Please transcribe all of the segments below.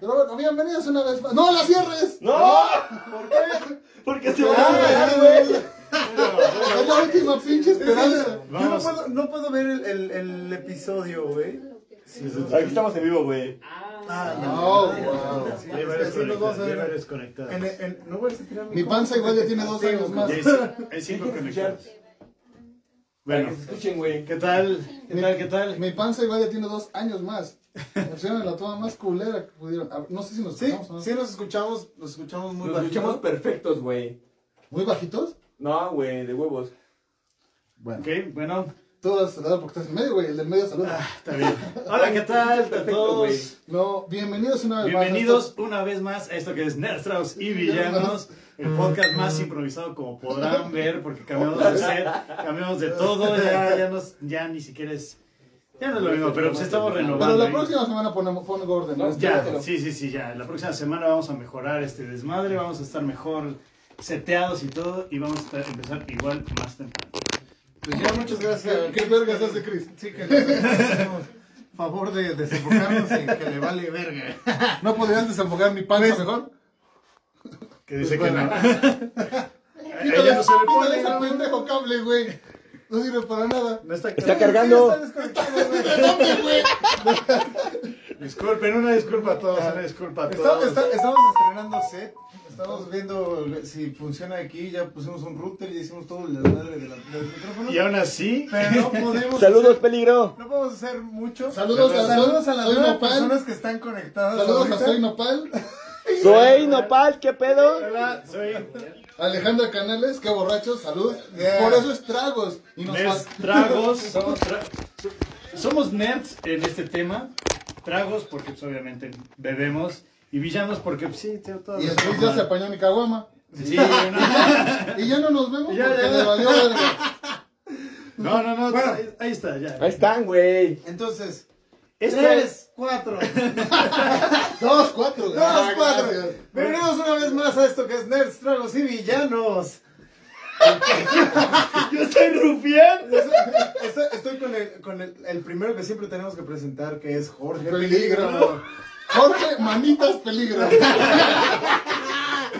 Pero bienvenidos una vez más. ¡No la cierres! ¡No! ¿Por qué? Porque se No, van a no, pegar, no, güey. Es la última pinche esperanza. Yo no puedo, no puedo ver el, el, el episodio, güey. Aquí estamos en vivo, güey. Ah, No, wow. Sí, Llevarás Así nos vamos a conectadas. ver. Llevarás conectadas. En, en- no voy a tirar Mi panza igual ya tiene dos años más. Ya hay cin- Hay cinco conectadas. Bueno. Bueno, Que se escuchen, güey. ¿qué tal? ¿Qué tal? ¿Qué tal? Mi panza igual ya tiene dos años más. Me pusieron la toma más culera que pudieron. A ver, No sé si nos Sí, escuchamos, ¿no? sí nos escuchamos, nos escuchamos muy Nos bajito. escuchamos perfectos, güey. ¿Muy bajitos? No, güey, de huevos. Bueno. Ok, bueno. Tú vas a saludar porque estás en medio, güey. El del medio saluda. Está bien. Hola, ¿qué tal? A Perfecto, todos. No, bienvenidos una vez más. Bienvenidos una vez más a esto que es Nerdstraus y Villanos, el podcast más improvisado como podrán ver, porque cambiamos de set, cambiamos de todo, ya, ya, nos, ya ni siquiera es... Ya no es lo mismo, pero pues estamos Pero renovando. la ¿eh? próxima semana ponemos pon Gordon. No, Ya, sí, sí, sí, ya. La próxima semana vamos a mejorar este desmadre, vamos a estar mejor seteados y todo, y vamos a estar- empezar igual más temprano. Pues ya, muchas gracias. ¿Qué vergas hace Chris? Sí, que le favor de desenfocarnos y que le vale verga. Pues, ¿No podrías desenfocar mi panza mejor? Que dice Pues que no. bueno. Ella no se le quítale pone, ese ¿no? pendejo cable, güey. No sirve para nada. No está Está cargando. cargado. Sí, está desconectado, güey. Disculpen, una disculpa a todos, una disculpa a Está- todos. está- estamos estrenando set, estamos viendo si funciona aquí, ya pusimos un router y hicimos todo el desmadre de la- del micrófono. Y aún así, Pero no podemos Saludos, hacer, peligro. no podemos hacer mucho. Saludos a- Saludos a las soy nuevas Nopal. personas que están conectadas. Saludos a ahorita. Soy Nopal, Soy Nopal, ¿qué pedo? hola, soy Alejandra Canales, qué borrachos, salud. Yeah. Por eso es tragos. Y nos Nerds fal- Tragos. Somos, tra- somos nerds en este tema. Tragos, porque pues, obviamente bebemos. Y villanos, porque pues, sí, tengo todas Y el las Chris ya se apañó mi caguama. Sí, no, Y ya no nos vemos Ya, porque ya, ya. le valió verga. no, no, no, Bueno. ahí, ahí está, ya. Ahí están, güey. Entonces, Esto es- tres, cuatro, Dos, cuatro. güey. dos, Ah, cuatro. gracias. Bienvenidos una vez más a esto que es Nerds, Tragos y Villanos. Yo estoy rufián. Eso- eso- Estoy con, el, con el, el primero que siempre tenemos que presentar, que es Jorge Peligro. Jorge, manitas peligro.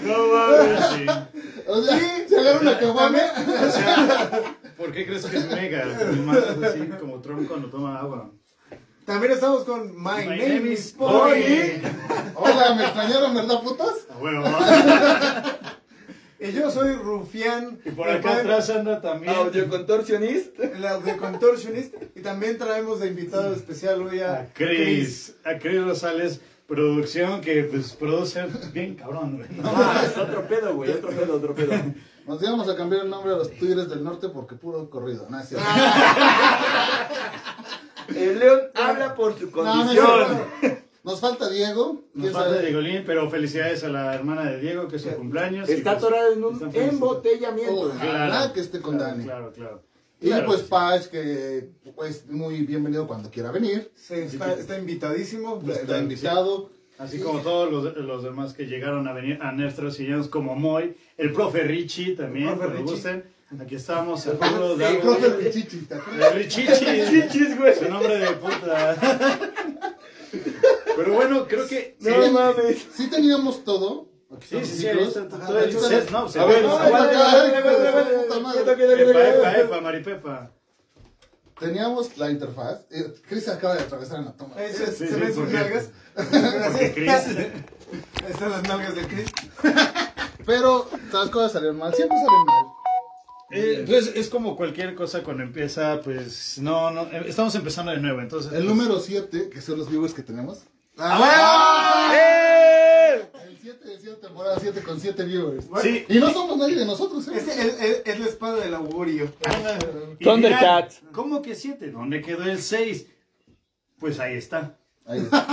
No mames, sí. O sea, se agarra una caguama. O sea, ¿por qué crees que es mega? Más así como Trump cuando toma agua. También estamos con My, My Name, name is is Pony. Pony. Hola, me extrañaron, ¿verdad, putas? A huevo. Y yo soy Rufián. Y por acá atrás anda también. Ah, Audiocontorsionista. La de Contortionist. Y también traemos de invitado especial hoy a, A Chris, a Chris Rosales, producción que pues produce bien cabrón, güey. ¿no? Ah, es otro pedo, güey. Otro pedo, otro pedo. Nos íbamos a cambiar el nombre a los Tigres del Norte porque puro corrido. No, es cierto. Ah, El león habla por su No, no es condición. cierto. Nos falta Diego. Nos ¿Quién falta sabe? Diegolín, pero felicidades a la hermana de Diego que es su cumpleaños. y, Está pues, atorado en están un felices. embotellamiento. Ojalá que esté con claro, Dani. Claro, claro. Y Claro. pues Paz, que pues muy bienvenido cuando quiera venir. Sí, está, está invitadísimo. Está invitado. Así como todos los, los demás que llegaron a venir a nuestros idiomas, como Moy, el profe Richie también, El profe cuando Richie. gusten. Aquí estamos, el Sí, el profe de Pichichi, ¿te acuerdas? Richichi, güey. Su nombre de puta. Pero bueno, creo que. Sí, Sí teníamos todo. Aquí Sí, están sí, los sí, ahí micros. está, está Ajá, todo ahí hecho. están. Ah, Sí, no, se A ve, ver, se ve. aguanta, Aguanta, hijo de aguanta, su puta madre. Epa, epa, epa, Maripepa. Teníamos la interfaz. Eh, Chris acaba de atravesar en la toma. Eh, se, Sí, se sí, ven sus porque- nalgas. Porque Chris. Están las nalgas de Chris. Pero las cosas salieron mal. Siempre salen mal. Eh, entonces es como cualquier cosa cuando empieza, pues no, no, eh, estamos empezando de nuevo, entonces. El número 7, que son los viewers que tenemos. Ah. Ah, El 7 de 7 temporada 7 con 7 viewers. Sí. Y no somos nadie de nosotros, ¿eh? Es, el- el- es la espada del augurio. Y Thundercat. dirán, pues, ¿Cómo que 7? ¿Dónde quedó el 6? Pues ahí está. Ahí está.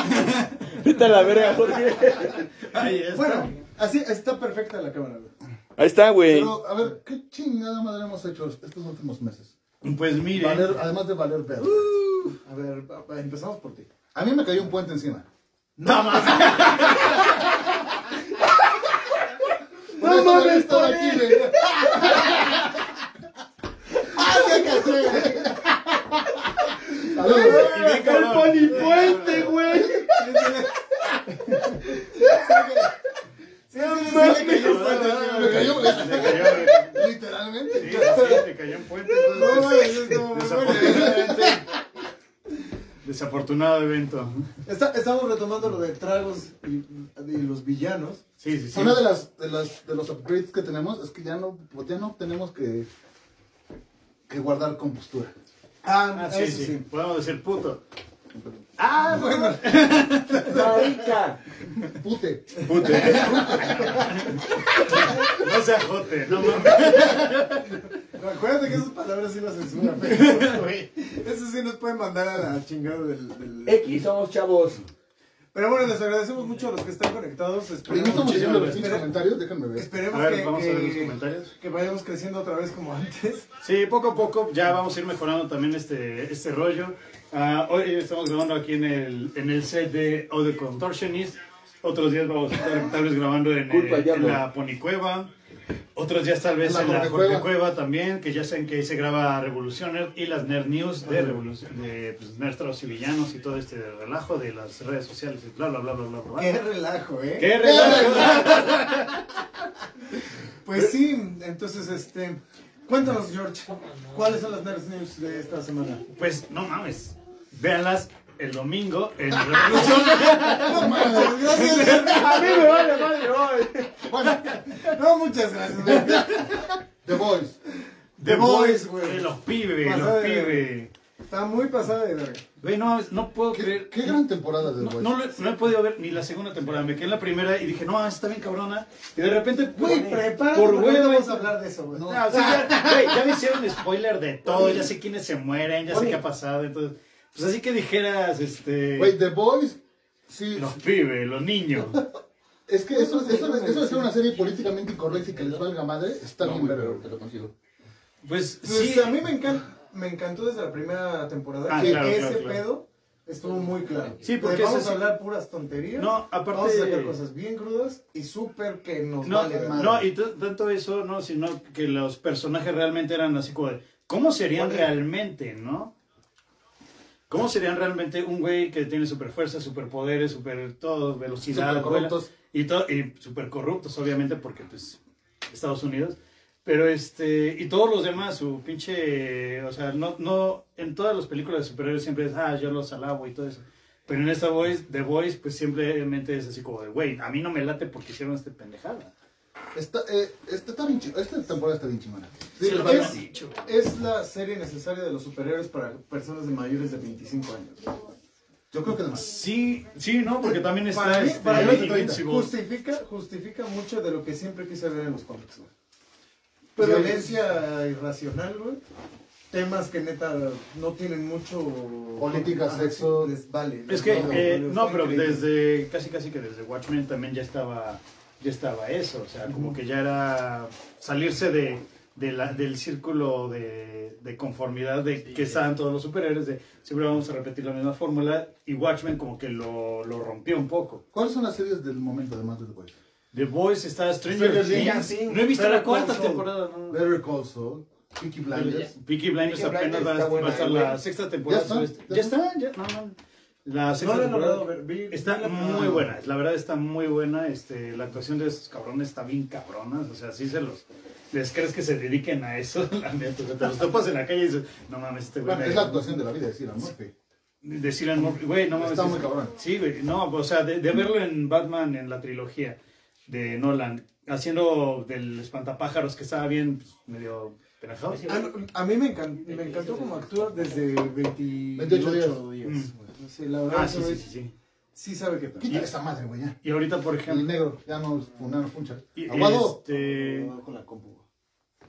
Vete a la verga, Jorge. Ahí está. Bueno, así está perfecta la cámara. güey. Ahí está, güey. Pero, a ver, ¿qué chingada madre hemos hecho estos últimos meses? pues mire, Valer- además de valer verga. A ver, pa- pa- empezamos por ti. A mí me cayó un puente encima. nada más. Por eso no había estado aquí, güey. ¡Ah, ya castré! Saludos. Y bien cabrón. Pony Puente, güey. Desafortunado evento. Está- estamos retomando lo de tragos y, y los villanos. Sí, sí, sí. Una de las, de las de los upgrades que tenemos es que ya no, pues ya no tenemos que, que guardar compostura. Ah, sí, eso sí, Podemos decir puto. Ah, bueno. Marica. Pute. Puto. No sea jote, no mames. Acuérdate que esas palabras sí las censura. pero- güey. Eso sí nos pueden mandar a la chingada del... del- Eh. X, somos chavos. Pero bueno, les agradecemos mucho a los que están conectados. Pero no Esperemos, estamos Muchísimas leyendo los pinches gracias. comentarios, déjame ver. esperemos A ver, que, vamos a ver los que- comentarios. que vayamos creciendo otra vez como antes. Sí, poco a poco ya vamos a ir mejorando también este, este rollo. Ah, hoy estamos grabando aquí en el, en el set de O The Contortionist. Otros días vamos a estar tal vez grabando en, eh, Culpa, diablo. en la Ponicueva. Otros días tal vez En la en la Jorge Cueva. Ponicueva también, que ya saben que ahí se graba Revolución Nerd y las Nerd News de Revolución, de pues, Nerdstros y Villanos y todo este relajo de las redes sociales y bla, bla, bla, bla, bla. bla. Qué relajo, ¿eh? ¡Qué relajo! Pues sí, entonces, este... Cuéntanos, George, ¿cuáles son las Nerd News de esta semana? Pues no mames, véanlas el domingo en Revolución. No, muchas gracias. A mí me vale, madre, hoy. Bueno, No, muchas gracias. güey. The Voice. The Boys, Boys, güey. güey. Los pibes, Pasada los de pibes. Está muy pasada de verga. Güey, no, mames, no puedo ¿Qué, creer. qué gran temporada de The No, Voice. no, lo- no he podido ver ni la segunda temporada. Me quedé en la primera y dije, no, ah, está bien cabrona. Y de repente, güey, Güey, prepárate. por porque no huevo. vamos a hablar de eso, güey. No. Ah, o sea, ya, güey, ya me hicieron spoiler de todo. Ya sé quiénes se mueren, ya sé qué ha pasado. Entonces, pues así que dijeras, este. Güey, The Voice, sí. Los pibes, los niños. Es que eso, eso, eso de ser una serie políticamente incorrecta y que les valga madre, está bien, pero. te lo consigo. Pues Pues sí. a mí me, encan- me encantó desde la primera temporada Ah, que claro, ese claro, claro. pedo estuvo muy claro. Sí, porque De vamos eso a sí- hablar puras tonterías. No, aparte- Vamos a sacar cosas bien crudas y súper que nos No, Pues vale madre. no, y t- tanto eso, no, sino que los personajes realmente eran así como de, ¿cómo serían realmente, no? ¿Cómo serían realmente un güey que tiene super fuerza, superpoderes, super todo, velocidad, vuela, Supercorruptos. y todo y super corruptos obviamente porque pues Estados Unidos, pero este y todos los demás su pinche, o sea, no no en todas las películas de superhéroes siempre es, ah, yo los alabo y todo eso. Pero en esta voice, The Voice, pues simplemente es así como de, güey, a mí no me late porque hicieron este pendejada. Está, eh, está, está bien chi- Esta temporada está bien chimona. Sí, Se lo es- habían dicho. Es la serie necesaria de los superhéroes para personas de mayores de 25 años. Yo creo que demás. Sí, sí, no, porque también está Para mí, este, para mí, Invincible. justifica, justifica mucho de lo que siempre quise ver en los cómics, güey. Pero- Violencia irracional, güey. Temas que neta no tienen mucho... Política, Ah, sexo. Les vale. Es les que vale, eh, güey, no, está pero increíble. desde casi casi que desde Watchmen también ya estaba ya estaba eso, o sea, como que ya era salirse de, de la- del círculo de, de conformidad de que estaban todos los superhéroes de siempre vamos a repetir la misma fórmula y Watchmen como que lo, lo rompió un poco. ¿Cuáles son las series del momento, además de The Voice? The Voice está Stranger Stranger Things. Things. No he visto Better la cuarta Call Saul. temporada. no. Better Call Saul, Peaky Blinders. Peaky Blinders Peaky apenas Blinders va, está va buena, a estar güey. la sexta temporada. Ya está, ¿Ya está? ¿Ya no, no. La No sexta lo he temporada. logrado ver. vi- vi Está la primera. muy buena, la verdad está muy buena. Este, la actuación de esos cabrones está bien cabronas. O sea, sí se los. ¿Les crees que se dediquen a eso? La neta, o sea, te los topas en la calle y dices, no mames, este güey. Bueno, me- es la actuación de la vida, decir, a Murphy. de Cillian Murphy, güey, no mames. Está es- muy cabrón. Sí, güey, no, o sea, de, de verlo en Batman, en la trilogía de Nolan, haciendo del espantapájaros que estaba bien pues, medio penajado. Ah, no, A mí me, encan- me encantó como actúa desde 20 28 días. Mm. güey. Sí, la verdad, Ah, sí, ese sí, güey sí, sí. sí sabe qué tal. Quítale esa madre, güey, ya. Y ahorita, por El ejemplo, negro, ya nos funaron funchas. y- Aguado. este, Con la compu, güey.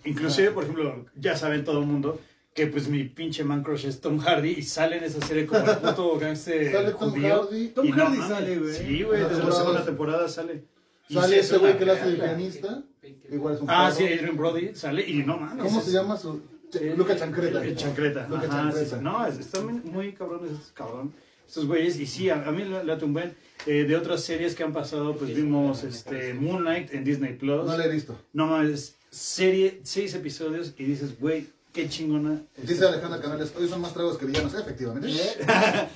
inclusive, por ejemplo, ya saben todo el mundo que pues mi pinche man crush es Tom Hardy y sale en esa serie como el puto gangster Sale Tom judío. Hardy. Tom Y no Hardy mames, sale, güey. Sí, güey, En la desde la temporada segunda dos. temporada sale. Y sí, Sale es este una güey que le hace de verga. pianista. Igual es un Ah, perro. sí, Adrian Brody sale y no mames. ¿Cómo es- se llama su. Ch- Luca Chancreta. El chancreta. Luca Ajá, sí, Chancreta. no, es- están muy- muy cabrones estos cabrón. Estos güeyes. Y sí, a, a mí la, la tumbé. eh, de otras series que han pasado, pues vimos este, Moon Knight en Disney Plus. No la he visto. No mames, serie, seis episodios y dices, güey, qué chingona. Dice Alejandra Canales, hoy son más tragos que villanos, efectivamente. ¿Eh?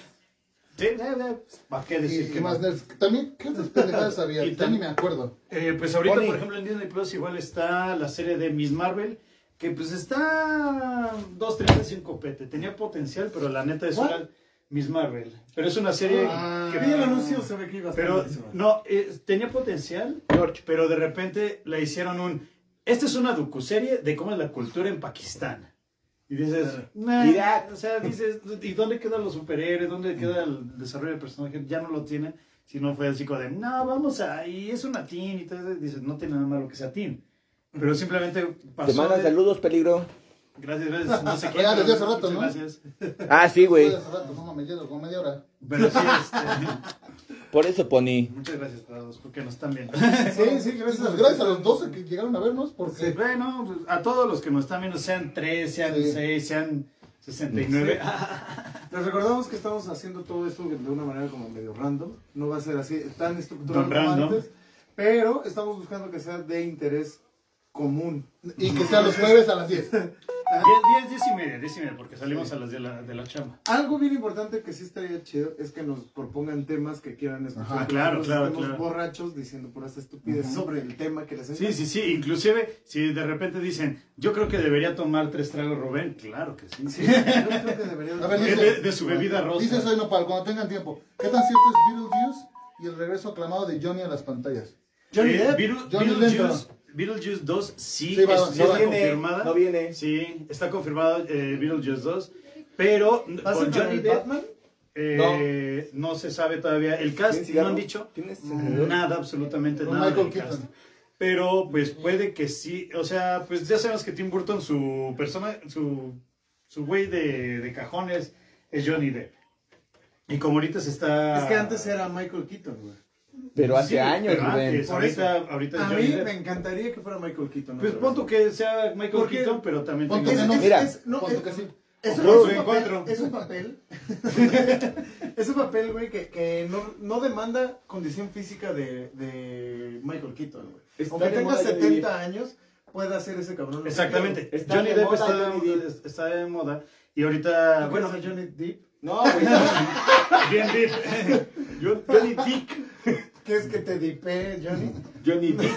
Sí, eh, eh, ¿Para qué Y, decir y que más más? nerds. También, ¿qué otras pendejadas sabía? Y Ya tam- ni me acuerdo. Eh, pues ahorita, Pony. por ejemplo, en Disney Plus igual está la serie de Miss Marvel, que pues está dos, tres veces sin copete. Tenía potencial, pero la neta es ¿Cuál? una... Miss Marvel. Pero es una serie que... vi el anuncio, se ve que iba a estar Pero buenísima. no, eh, tenía potencial, George. pero de repente le hicieron un... Esta es una docuserie de cómo es la cultura en Pakistán. Y dices, nah, Irak. o sea, dices, ¿y dónde quedan los superhéroes? ¿Dónde queda el desarrollo de personaje? Ya no lo tiene, sino fue el chico de, no, vamos a, y es una teen, y todo eso. dices, no tiene nada malo que sea teen. Pero simplemente pasó Te mandan de- saludos, peligro. Gracias, gracias, no sé qué. Oigan, desde hace pero rato, ¿no? muchas Gracias. Ah, sí, güey. Hace rato, no mames, ya duró como media hora. Pero sí, este, Por eso, Pony. muchas gracias a todos, porque nos están viendo. Sí, sí, gracias. Gracias, Pues gracias a los 12 que llegaron a vernos, porque Bueno, pues, a todos los que nos están viendo, sean 3, sean Sí. 6, sean 69. Les recordamos que estamos haciendo todo esto de una manera como medio random. No va a ser así tan estructurado Tan como random. antes. Pero estamos buscando que sea de interés común. y que sea los jueves a las 10. 10, 10, 10 y media, 10 y media, porque salimos a las de la, de la chamba. Algo bien importante que sí estaría chido es que nos propongan temas que quieran escuchar. Ajá, claro, No nos claro, estemos claro. borrachos diciendo puras estupidez sobre el tema que les Sí, sí, sí, inclusive si de repente dicen, yo creo que debería tomar tres tragos Rubén, claro que sí. Sí, yo creo que deberían- A ver, De, dice- de- de su bebida rosa. Dice Soy Nopal, cuando tengan tiempo. ¿Qué tan cierto es Beetlejuice y el regreso aclamado de Johnny a las pantallas? Eh, Beetle- Johnny Beetlejuice, Depp. Beetlejuice 2 sí, Sí, va, es- no sí está viene, confirmada. no viene. Sí, está confirmado eh, Beetlejuice 2, pero n- ¿Va a ser con para Johnny el Depp Batman? eh, no. se sabe todavía. El cast ¿Tienes no cigarro? han dicho ¿Tienes encendedor? nada, absolutamente Con nada. Michael del cast. Keaton. Pero pues puede que sí, o sea, pues ya sabemos que Tim Burton, su persona, su, su güey de, de cajones es Johnny Depp. Y como ahorita se está... Es que antes era Michael Keaton, güey. Pero hace Sí, años, pero Rubén. antes, Por ahorita, ahorita es A Johnny mí Depp. me encantaría que fuera Michael Keaton. Pues otra vez. pon tú que sea Michael Porque- Keaton, pero también pon tú tenga- que no. Mira. es, no, Pues, es- que sí. Es un, Dos, es un cuatro. papel, es un papel, es un papel, güey, que, que no, no demanda condición física de, de Michael Keaton, güey. Está Aunque de tenga moda, Johnny 70 años, puede hacer ese cabrón. lo que Exactamente. Está Johnny de Depp moda, está, Johnny Depp. es- está de moda. Y ahorita, quiera. bueno, ¿Tú conoces a Johnny Depp, No, güey. no. bien Deep. Johnny Dick. ¿qué es que te dipe, Johnny? Johnny Depp.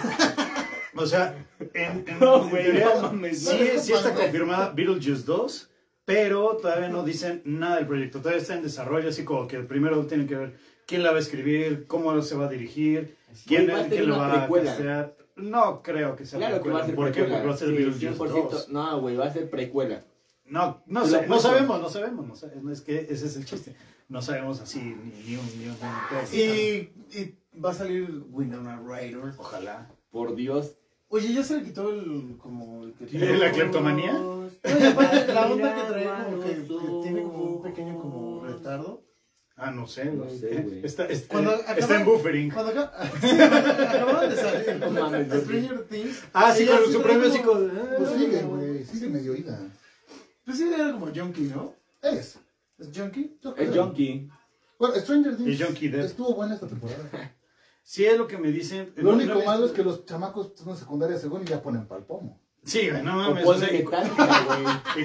O sea, en, en No, güey, teoría, no mames, sí, no, sí está no, güey. confirmada Beetlejuice 2, pero todavía no dicen nada del proyecto. Todavía está en desarrollo, así como que primero tienen que ver quién la va a escribir, cómo se va a dirigir, quién, Va a ser quién la una va a precuela. castear. No creo que sea Claro que va a ser ¿Por qué? precuela. Porque va a ser Sí, Beetlejuice 100%. 2. No, güey, va a ser precuela. No, no, Te sé, lo no apuesto. sabemos, no sabemos, no sabemos. Es que ese es el chiste. No sabemos así ni, ni un ni un. Y, y va a salir Winona Ryder. Ojalá. Por Dios. Oye, ya se le quitó el, como... El que ¿Y la cleptomanía? No, y aparte, la onda que trae como que, que tiene como un pequeño como retardo. Ah, no sé. No güey. sé, güey. Está, está- Cuando está acaba- en buffering. Cuando acá, sí, acababan de salir No mames, de Stranger Things. Ah, sí, ella con su trae premio, como- sí, con- Pues sigue, güey, sigue medio ida. Pues sí, era como junkie, ¿no? Es. ¿Es junkie? yo creo. Es Junkie. Bueno, Stranger Y Junkie Depp. Things estuvo buena esta temporada. Sí, es lo que me dicen. Lo No, único no, malo es que los chamacos son de secundaria según y ya ponen pal pomo. Sí, güey, no O mames. o Paul sea, y, Metálica, güey.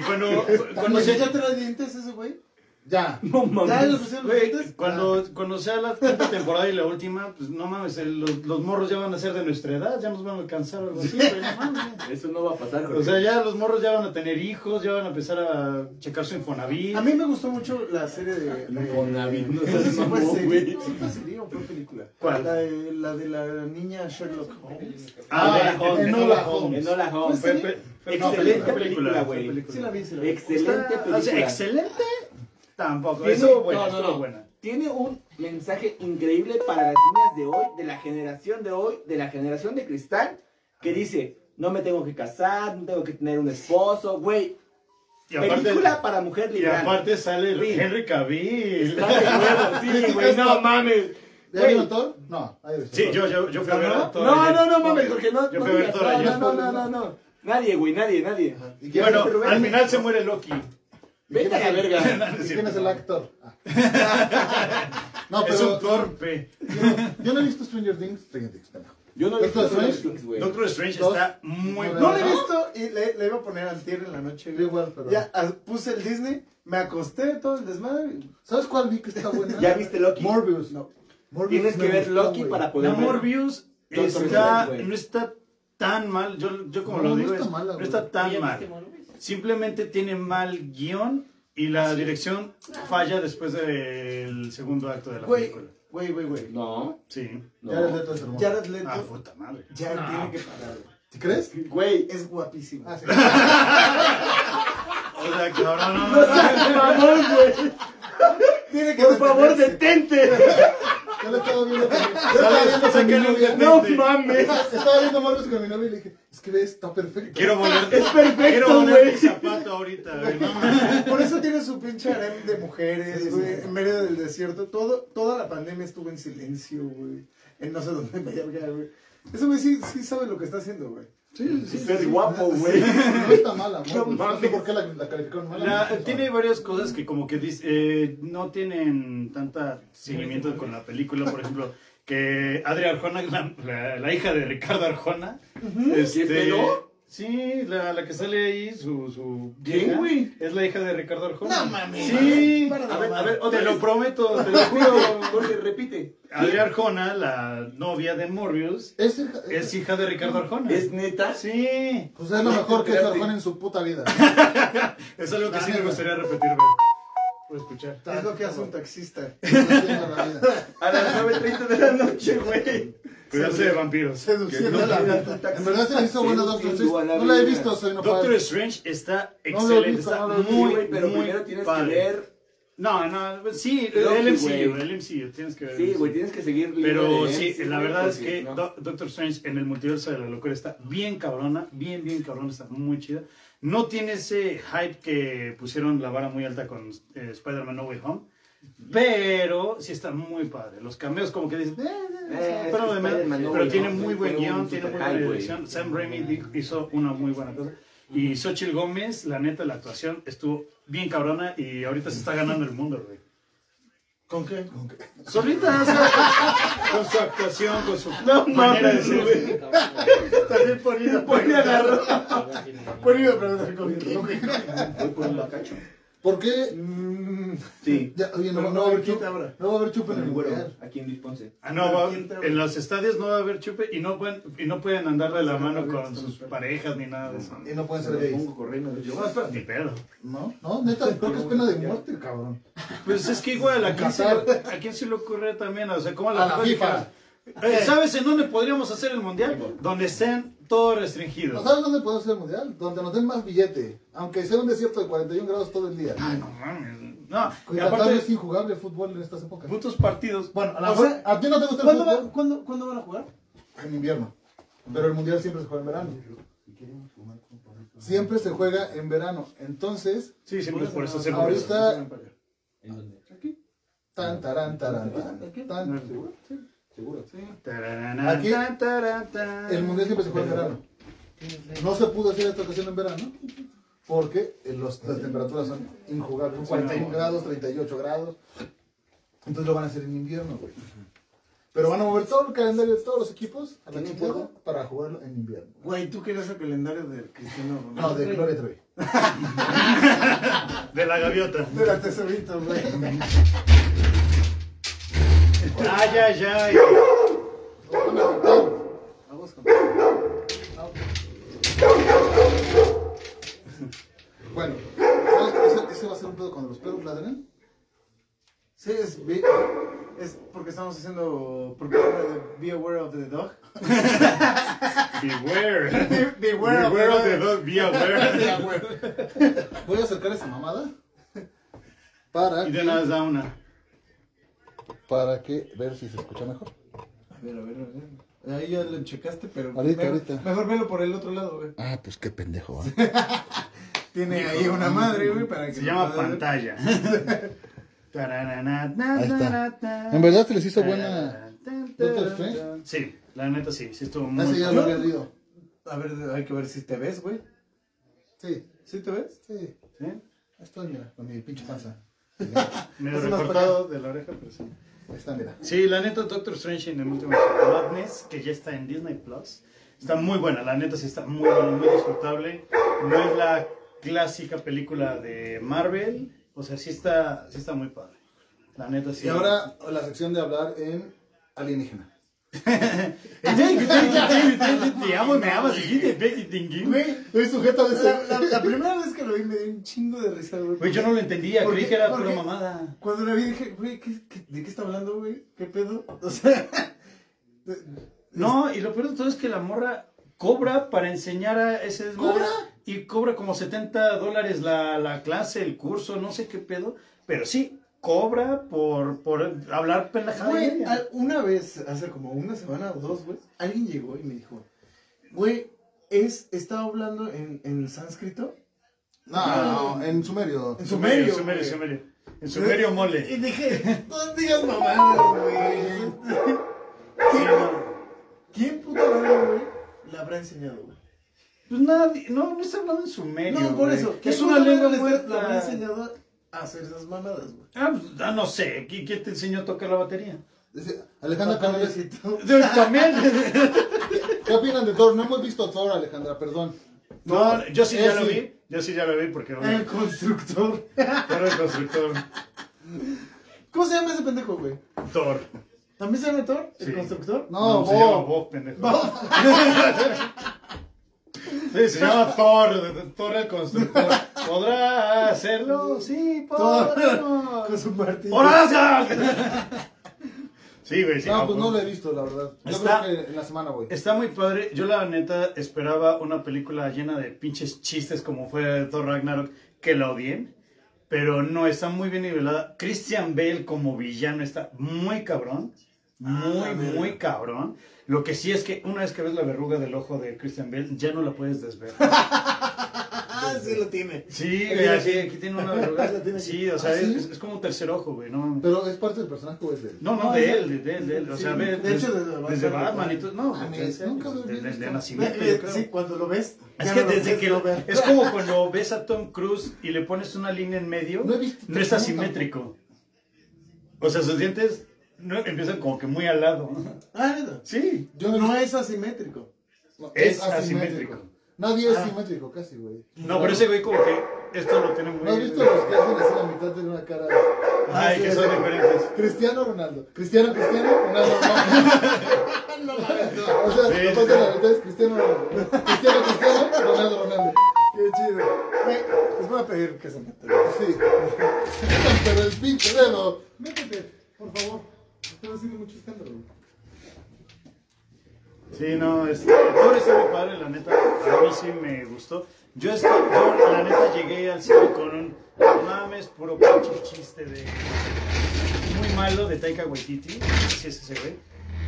y cuando. Cuando cuando se se- ya trae dientes ese güey. Ya. No Ya le mames. pusieron los güey, dientes. cuando, cuando sea la quinta temporada y la última, pues no mames, el- los, los morros ya van a ser de nuestra edad, ya nos van a alcanzar o algo así, güey, no mames. Eso no va a pasar. O sea, ya los morros ya van a tener hijos, ya van a empezar a checar su Infonavit. A mí me gustó mucho la serie de... de- Infonavit, no Sí, seas sí, fue mamón, serie, güey. sí, fue serie o fue película. ¿Cuál? La de la, de la niña Sherlock Holmes. Ah, Ah, de- Enola de Enola Holmes. Holmes. Enola Holmes. Fue- fue- fue- no, Excelente fue película, fue güey. película. Sí la vi, sí la vi. Excelente Está- o sea, película. excelente. Tampoco. Tiene- Estuvo buena, no, no, estuvo no. buena. Tiene un mensaje increíble para las niñas de hoy, de la generación de hoy, de la generación de cristal, que dice, no me tengo que casar, no tengo que tener un esposo, güey. Y aparte, Película para mujer y liberal. aparte sale el Sí. Henry Cavill. Está de huevo, sí, güey, no mames. ¿Ya Güey. vieron Thor? No, ahí ves. Sí, yo, yo, yo fui a ver a Thor No, ayer. no, no mames, porque no. Yo no fui a ver digas, Thor ayer. no, no, no, no, no. Nadie, güey, nadie, nadie. ¿Y quién Bueno, es- Pero al ven. final se muere Loki. Vete a la verga. ¿y quién es el actor? Ah. No, Es un pero torpe. yo no he visto Stranger Things. Stranger Things, pendejo. Yo no he visto Doctor Stranger Strange. Things, güey. Doctor Strange Dos. está muy No, No bueno. la he visto y le, le iba a poner antier en la noche. Yo igual, pero- Ya ah, puse el Disney, me acosté todo el desmadre. ¿Sabes cuál vi que está buena? ¿Ya viste Loki? Morbius. No. Morbius Tienes que me ver gustó, Loki güey. para poder No, ver. Morbius Doctor está, Strange, güey. no está tan mal. Yo, yo como No, lo no digo, está es- mala, no güey. está tan mal. Simplemente tiene mal guión Y la dirección falla después del segundo acto de la Güey, película. güey, güey, güey. No, Sí. Jared no. Leto es hermoso. Jared Leto Ah, puta madre. ya tiene que parar, güey. ¿Sí crees? Güey, Es guapísimo. Ah, sí. O sea, cabrón, no, no seas mamón, güey. Tiene que Por favor, detenerse. detente. Yo lo estaba viendo con, yo estaba viendo con mi Sácalo, novia. sácalo. No mames. Estaba viendo Marcos con mi novia y le dije, es que ve, está perfecto. Quiero volver. Es perfecto, Quiero volver güey. mi zapato ahorita, güey. No mames. Por eso tiene su pinche harem de mujeres, Sí, sí. güey. En medio del desierto. Todo, toda la pandemia estuvo en silencio, güey. En no sé dónde verga, güey. Ese güey sí, sí sabe lo que está haciendo, güey. Sí, sí, Ser sí. guapo, güey. No está mala, Marcos. No No, sé mames. por qué la, la calificaron mala. La- Marcos. tiene varias cosas que como que dice, eh, no tienen tanta seguimiento con la película, por ejemplo, que Adri Arjona, la, la- la hija de Ricardo Arjona, este, ¿Qué pedo? Sí, la, la que sale ahí, su, su ¿Quién, vieja, güey? es la hija de Ricardo Arjona. No mames. Sí. Para de A ver, a mamar. ver, Otra te lo vez. prometo, te lo juro. Jorge, repite. Adri Arjona, la novia de Morbius, Es hija- es hija de Ricardo Arjona. ¿Es neta? Sí. Pues es lo mejor que es Arjona en su puta vida. Es algo que sí me gustaría repetir, güey. Por escuchar. Es lo que hace un taxista. Haciendo la vida. A las 9.30 de la noche, güey. Cuidarse de vampiros. Seduciendo a la vida. En verdad se me hizo buena Doctor Strange. No la he visto, soy no Doctor fan. Strange está lo he excelente, visto, está no lo he muy, visto, Sí, güey, pero muy primero tienes padre. que ver. No, no, sí, Loki, el MCU, güey. el MCU, tienes que ver. Sí, el güey, MCU. tienes que seguir. Pero línea de sí, él, la güey, verdad es porque que no. Do- Doctor Strange en el multiverso de la locura está bien cabrona, bien, bien cabrona, está muy chida. No tiene ese hype que pusieron la vara muy alta con eh, Spider-Man No Way Home, pero sí está muy padre. Los cameos como que dicen, "Eh, eh, Eh, pero, es de que menos". Spider-Man No Pero Way tiene Home muy fue buen un guión, tiene muy super buena hype, güey. dirección. Sam Raimi di- hizo una muy buena cosa. Y Xochitl Gómez, la neta, la actuación estuvo bien cabrona y ahorita se está ganando el mundo, güey. ¿Con qué? Solita, o sea, con su actuación, con su No manera de mames, ser. güey. También ponía, Ponía ponía la la ropa. Ponía a preguntar con qué. Voy por un bacacho. ¿Por qué? Mm, Sí. Ya, oye, no, Pero no va a haber ¿quién chup. te abra? No va a haber chup en el lugar. Bueno, aquí en Luis Ponce. Ah, no, va- ¿Quién te- en los estadios no va a haber chupe y no pueden, y no pueden andar de la mano con sus parejas ni nada de eso. Y no pueden Me ser lo gays. pongo corriendo. Yo voy a estar ni pedo. ¿No? No, neta, creo que es pena de muerte, cabrón. Pues es que igual, ¿a quién, se, le- ¿a quién se le ocurre también? O sea, ¿cómo A la FIFA. Eh, ¿Sabes en dónde podríamos hacer el mundial? Donde estén todos ¿No restringidos. sabes dónde podemos hacer el mundial? Donde nos den más billete. Aunque sea un desierto de 41 grados todo el día. Ah, no mames. No, y Cuidado, es aparte, injugable el fútbol en estas épocas. putos partidos. Bueno, a, la O mejor- sea, ¿a ti no te gusta el ¿Cuándo, va- fútbol? cuándo- cuándo van a jugar? En invierno. Pero el mundial siempre se juega en verano. Siempre se juega en verano. Entonces, Sí, siempre por eso se Ahorita- ¿En dónde? tan, tarán, tarán, tan, tan. Seguro. Aquí, El mundial siempre se juega en verano. No se pudo hacer esta ocasión en verano porque eh, los- las temperaturas son injugables. 41 grados, 38 grados. Entonces lo van a hacer en invierno, güey. Pero van a mover todo el calendario de todos los equipos a la ¿Tienen chingada juego? para jugarlo en invierno. Güey, ¿tú querías el calendario del Cristiano Ronaldo? No, de Gloria Trevi. De la gaviota. De la tesorito, güey. Ay, ay, ay. Vamos con... Bueno, ¿sabes? ese, ese va a ser un pedo cuando los perros ladren. Sí, es, vi- es porque estamos haciendo propaganda de Be Aware of the Dog. Beware. Be, beware, Beware of the dog. dog, be aware. Voy a acercar esa mamada para, Y de nada da una. para que ver si se escucha mejor. A ver, a ver, a ver. Ahí ya lo checaste, pero Ahorita, mejor, ahorita. mejor velo por el otro lado, güey. Ah, pues qué pendejo. ¿eh? Tiene ahí una madre, güey, para que Se lo llama pueda ver. pantalla. Ahí está. En Eh, verdad se les hizo buena Doctor Strange. Eh, Sí, la neta sí, sí estuvo Ah, muy Ese Ah, ya lo había leído. A ver, hay que ver si te ves, güey. Sí, ¿Sí te ves? sí. ¿Sí? Ahí Estoy, mira, con mi pinche panza. Medio Hace más recortado de la oreja, pero sí. Ahí está, mira. Sí, la neta Doctor Strange en el último Madness, que ya está en Disney Plus, está muy buena, la neta sí está muy buena, muy disfrutable. No es la clásica película de Marvel, o sea, sí está, sí está muy padre. La neta sí. Y ahora la sección de hablar en alienígena. Eh, Te amo, me amas, y te pegue, tinguín. Güey, Soy sujeta de la, ser. la- la primera vez que lo vi me dio un chingo de risa, güey. Güey, yo no lo entendía, ¿Por creí qué? que era ¿Por pura qué? mamada. Cuando la vi dije, güey, ¿qué- qué- de qué está hablando, güey? ¿Qué pedo? O sea, No, y lo peor de todo es que la morra cobra para enseñar a ese desmadre. ¿Cobra? Y cobra como 70 dólares la, la clase, el curso, no sé qué pedo. Pero sí, cobra por, por hablar pendejada. y güey, media. al- una vez, hace como una semana o dos, güey, alguien llegó y me dijo, güey, es, estaba hablando en, en sánscrito. No, no, en sumerio. En sumerio, En Eh, sumerio, güey. sumerio. En sumerio Y mole. dije, no digas mamadas, güey. ¿Quién, ¿Quién puta madre, güey, la habrá enseñado, güey? Pues nadie, no, no está hablando en sumerio. No, por güey. eso. Es una lengua Le habrá muerta. enseñado a hacer esas mamadas, güey. Ah, pues, ah, no sé, ¿qui- ¿quién te enseñó a tocar la batería? Dice, Alejandra Canales, También. ¿qué opinan de Thor? No hemos visto Thor, Alejandra, perdón. No, yo sí ya Ese. lo vi. Yo sí ya lo vi porque no El constructor. era el constructor ¿Cómo se llama ese pendejo, güey? Thor. ¿También se llama Thor? ¿El Sí. constructor? No, se llama Bob. Bob, pendejo. Sí, se llama Thor, Thor el constructor. ¿Podrá hacerlo? Sí, Con podrá. su martillo. ¡Horacio! Sí, güey, sí. No, no, pues no pues. lo he visto, la verdad. Yo Está- creo que en la semana voy. Está muy padre. Yo la neta esperaba una película llena de pinches chistes como fue Thor Ragnarok, que la odien. Pero no, está muy bien nivelada. Christian Bale como villano está muy cabrón. Muy, Ah, verga. muy cabrón. Lo que sí es que una vez que ves la verruga del ojo de Christian Bale, ya no la puedes desver. Ah, sí lo tiene. Sí, güey, así, aquí tiene una verruga. La tiene aquí. Sí, o sea, ¿Ah, sí? es, es como un tercer ojo, güey. No, mames. Pero es parte del personaje, o es de él? No, no, No, de es él, de él, de él. O sí, sea, ve- de hecho, des- desde desde Batman, Batman y todo. No, pues, Ah, desde- es- nunca lo he desde- visto. desde Ve- nacimiento, ve- yo creo. Eh, sí, cuando lo ves. Es ya que no lo desde puedes que no lo, ver. es como cuando ves a Tom Cruise y le pones una línea en medio, No no, he visto Tom es Cruise asimétrico. O sea, sus dientes no, empiezan como que muy al lado. Ah, neta. Sí. Yo no he No visto- es asimétrico. no, es asimétrico. Nadie es Ah. simétrico, casi, güey. No, pero ese güey como que esto lo tiene muy... ¿No has visto Ah, los que hacen así la mitad de una cara? Ay, que son diferentes. Cristiano Ronaldo. Cristiano, Cristiano, Ronaldo. No, o sea, Sí, no sí. pasa la mitad, es Cristiano Ronaldo. Cristiano, Cristiano, Ronaldo, Ronaldo. Qué chido. Güey, les voy a pedir que se metan. Sí. Pero el pinche dedo. Métete, por favor. Estás haciendo mucho escándalo. güey. Sí, no, es, Thor está muy padre, la neta. A mí sí me gustó. Yo, esta- yo, la neta, llegué al cine con un "No mames, puro pinche chiste de. Muy malo de Taika Waititi. Sí, es ese güey.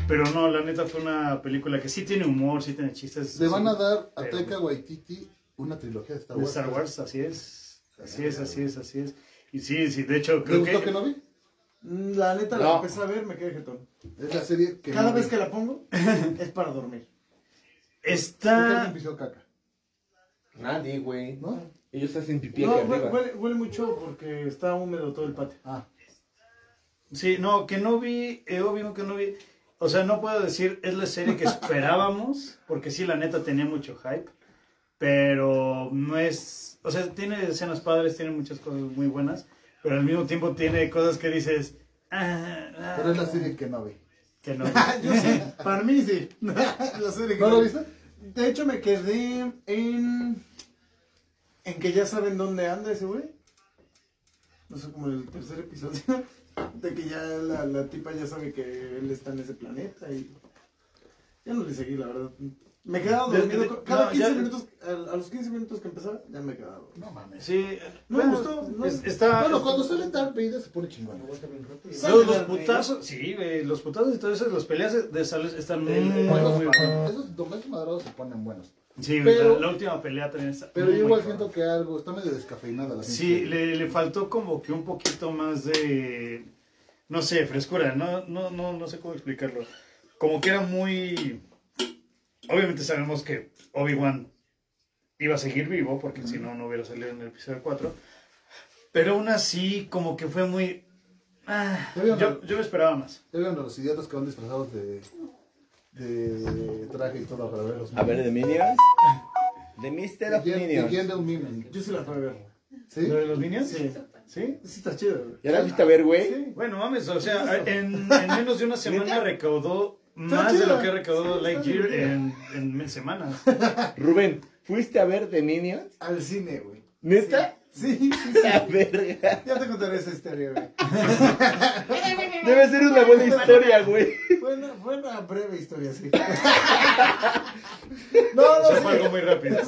Pero no, la neta fue una película que sí tiene humor, sí tiene chistes. Le van a sí, dar a pero- Taika Waititi una trilogía de Star De Wars. Star Wars, así es. Así es, así es, así es. Y sí, sí, de hecho, ¿Te creo gustó que. que no vi? Mm, La neta, No. la empecé a ver, me quedé jetón. Es la serie que. Cada no vi. vez que la pongo, es para dormir. Creo que alguien Está. pisó caca, Nadie, güey. ¿no? Ellos hacen pipí No, aquí huele, arriba. huele- huele mucho porque está húmedo todo el patio. Ah. Sí, no, que no vi, eh, obvio que no vi. O sea, no puedo decir, es la serie que esperábamos, porque sí, la neta tenía mucho hype, pero no es, o sea, tiene escenas padres, tiene muchas cosas muy buenas, pero al mismo tiempo tiene cosas que dices, ah, ah, Pero es la Ah, serie que no vi. que no. Yo sí, para mí sí. La serie que- ¿No lo viste? De hecho, me quedé en. En que ya saben dónde anda ese güey. No sé, como el tercer episodio. De que ya la, la tipa ya sabe que él está en ese planeta y. Ya no le seguí, la verdad. Me quedaba De- dormido. de- con- cada no, 15 ya- minutos, a, a los 15 minutos que empezaba, ya me quedaba dormido. No mames. Sí, No me bueno, gustó, no. es- está... Bueno, cuando salen tan pedidas se pone chingón. Los, los putazos, sí, güey, los putazos y todo eso, las peleas de sales están muy, muy Buenos buenas. pa- Esos domingos madrados se ponen buenos. Sí, güey, la- Pero- la última pelea también está Pero muy yo igual cabrona. siento que algo está medio descafeinada la Sí, pinche- le, le faltó como que un poquito más de, no sé, frescura, no, no, no, no sé cómo explicarlo. Como que era muy... Obviamente sabemos que Obi-Wan iba a seguir vivo, porque si no, no hubiera salido en el episodio 4. Pero aún así, como que fue muy... ah, Te veo yo, mal. yo me esperaba más. Ya vieron a los idiotas que van disfrazados de, de traje y todo para ver los A ver, de Minions. De Mister of Minions. Entiende un meme. Yo sí la fui a ver. ¿Sí? ¿Lo de los Minions? Sí. ¿Sí? Sí, está chido, güey. ¿Ya la viste a ver, güey? Bueno, mames, o sea, en, en menos de una semana recaudó más de chido. lo que recaudó Lightyear en, en mil semanas. Rubén, ¿fuiste a ver The Minions? Al cine, güey. ¿Neta? Sí, sí, sí. La verga. Ya te contaré esa historia, güey. Debe ser una buena historia, güey. Fue una, fue una breve historia, sí. No, Se fue no, algo sí. muy rápido.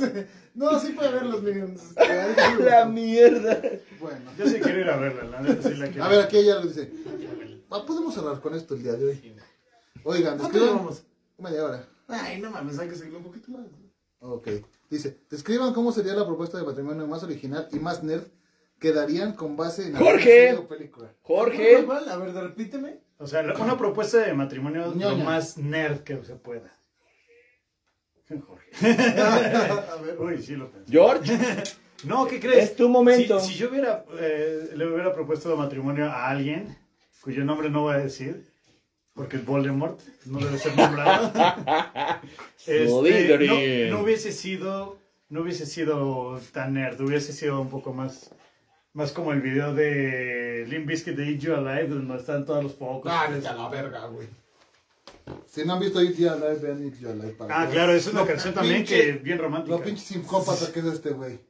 No, sí puede ver los minions. La mierda. Bueno. Yo sí quiero ir a verla, la neta sí la quiero. A ver, aquí ella lo dice. Ah, Podemos cerrar con esto el día de hoy. Oigan, ¿Cuánto describan. llevamos? Media hora. Ay, no mames, hay que seguirlo un poquito más. güey. Ok. Dice, describan cómo sería la propuesta de patrimonio más original y más nerd que darían con base en alguna Jorge. serie o película. Jorge. ¿Cuál? A ver, repíteme. O sea, la- una propuesta de matrimonio lo Ñoña. más nerd que se pueda. Jorge. A ver. Uy, sí lo pensé. George. No, ¿qué crees? Es tu momento. Si, si yo hubiera, eh, le hubiera propuesto matrimonio a alguien cuyo nombre no voy a decir, porque Voldemort no debe ser nombrado. Este, Slytherin. no, no hubiese sido, no hubiese sido tan nerd, hubiese sido un poco más, más como el video de Limp Bizkit de Eat You Alive, donde están todos los focos. Ah, verga, güey. Si no han visto It Your Life, vean It Your Life. para Ah, que claro, vean es una canción también pinche- que es bien romántica. Lo pinche psicópata que es este güey.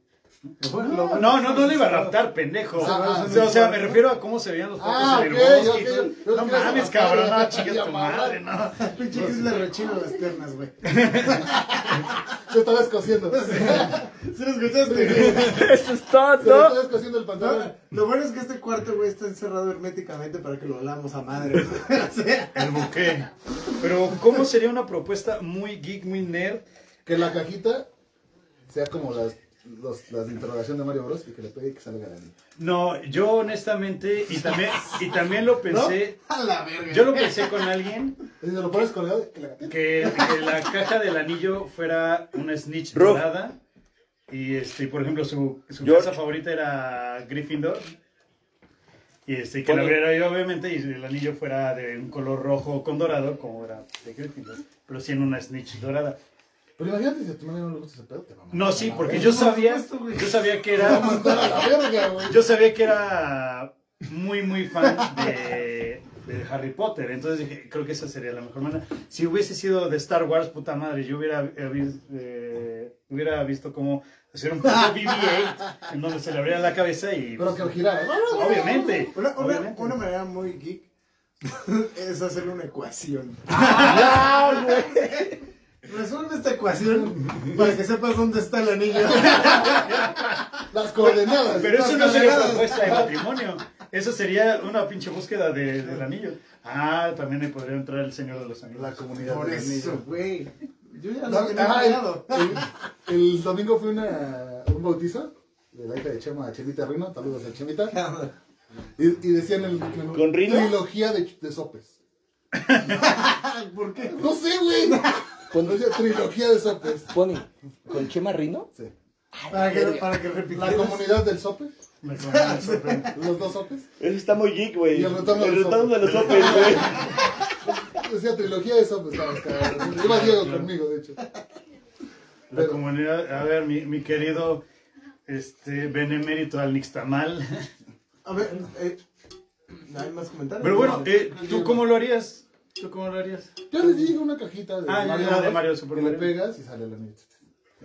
No, no, no, no le iba a raptar, pendejo. Ah, o, sea, o sea, me refiero a cómo se veían los focos Ah, en el ok, bosque ok. y todo. Yo No quiero mames, raptar, cabrón, ya, no, chinga ya, tu mamá. madre, no. Pinche Chris le rechino las piernas, güey. Se estaba escociendo. ¿Se lo escuchaste? güey? Eso es Se le todo. estaba escociendo el No, pantalón. Lo bueno es que este cuarto, güey, está encerrado herméticamente para que lo hablamos a madre. güey. O sea, El buque. Pero, ¿cómo sería una propuesta muy geek, muy nerd? Que la cajita sea como las, los- las de interrogación de Mario Bros. y que le pegue y que salga la niña. No, yo honestamente, y también, y también lo pensé, a la verga. yo lo pensé con alguien Y se lo pones colgado y que la cajita. que, que la caja del anillo fuera una snitch Ruf. dorada. Y este, por ejemplo, su, su George. casa favorita era Gryffindor. Y este, que la Ponle. abriera yo, obviamente, y el anillo fuera de un color rojo con dorado, como era de Gryffindor, pero sí en una snitch dorada. Pero imagínate si a tu madre no le gusta ese pedo, te va a mandar No, a sí, la porque verga. yo Por sabía, supuesto, güey. yo sabía que Te va a era, mandar a la verga, güey. yo sabía que era muy, muy fan de, de Harry Potter, entonces dije, creo que esa sería la mejor manera. Si hubiese sido de Star Wars, puta madre, yo hubiera, eh, vis- eh, hubiera visto cómo hacer un puto BB-8 en donde se le abría la cabeza y, pues, Pero que girara. obviamente, Una, una- obviamente. una manera muy geek es hacer una ecuación. Resuelve esta ecuación para que sepas dónde está el anillo. Las coordenadas. Pero las eso no pues. sería coordenadas. propuesta de matrimonio. Eso sería una pinche búsqueda de- del anillo. Ah, también le podría entrar el Señor de los Anillos. La comunidad. Por del eso, anillo. güey. Yo ya No, lo tenía ah, planeado. el, el domingo fue una, un bautizo de la hija de Chema, Chemita Rino. Saludos a Chemita. Y, y decían el menú, ¿Con Rino? trilogía de, de sopes. ¿Por qué? No sé, güey. Cuando decía trilogía de sopes. Pony, ¿con Chema Rino? Sí. Para que, para que La repitieras. comunidad del sope, La comunidad super- los dos sopes. Eso está muy geek, güey. Y el retorno de El los retorno de Opens. los Opens, güey. Decía trilogía de sopes. estabas cagado. Iba Diego conmigo, de hecho. La comunidad, a ver, mi, mi querido este, benemérito al Nixtamal. A ver, eh, hay más comentarios. Pero bueno, eh, ¿tú cómo lo harías? ¿Tú cómo lo harías? Yo les dije una cajita de Ah, ya, Mario, ya, de Bros, Mario, Super y le Mario. pegas y sale la niña.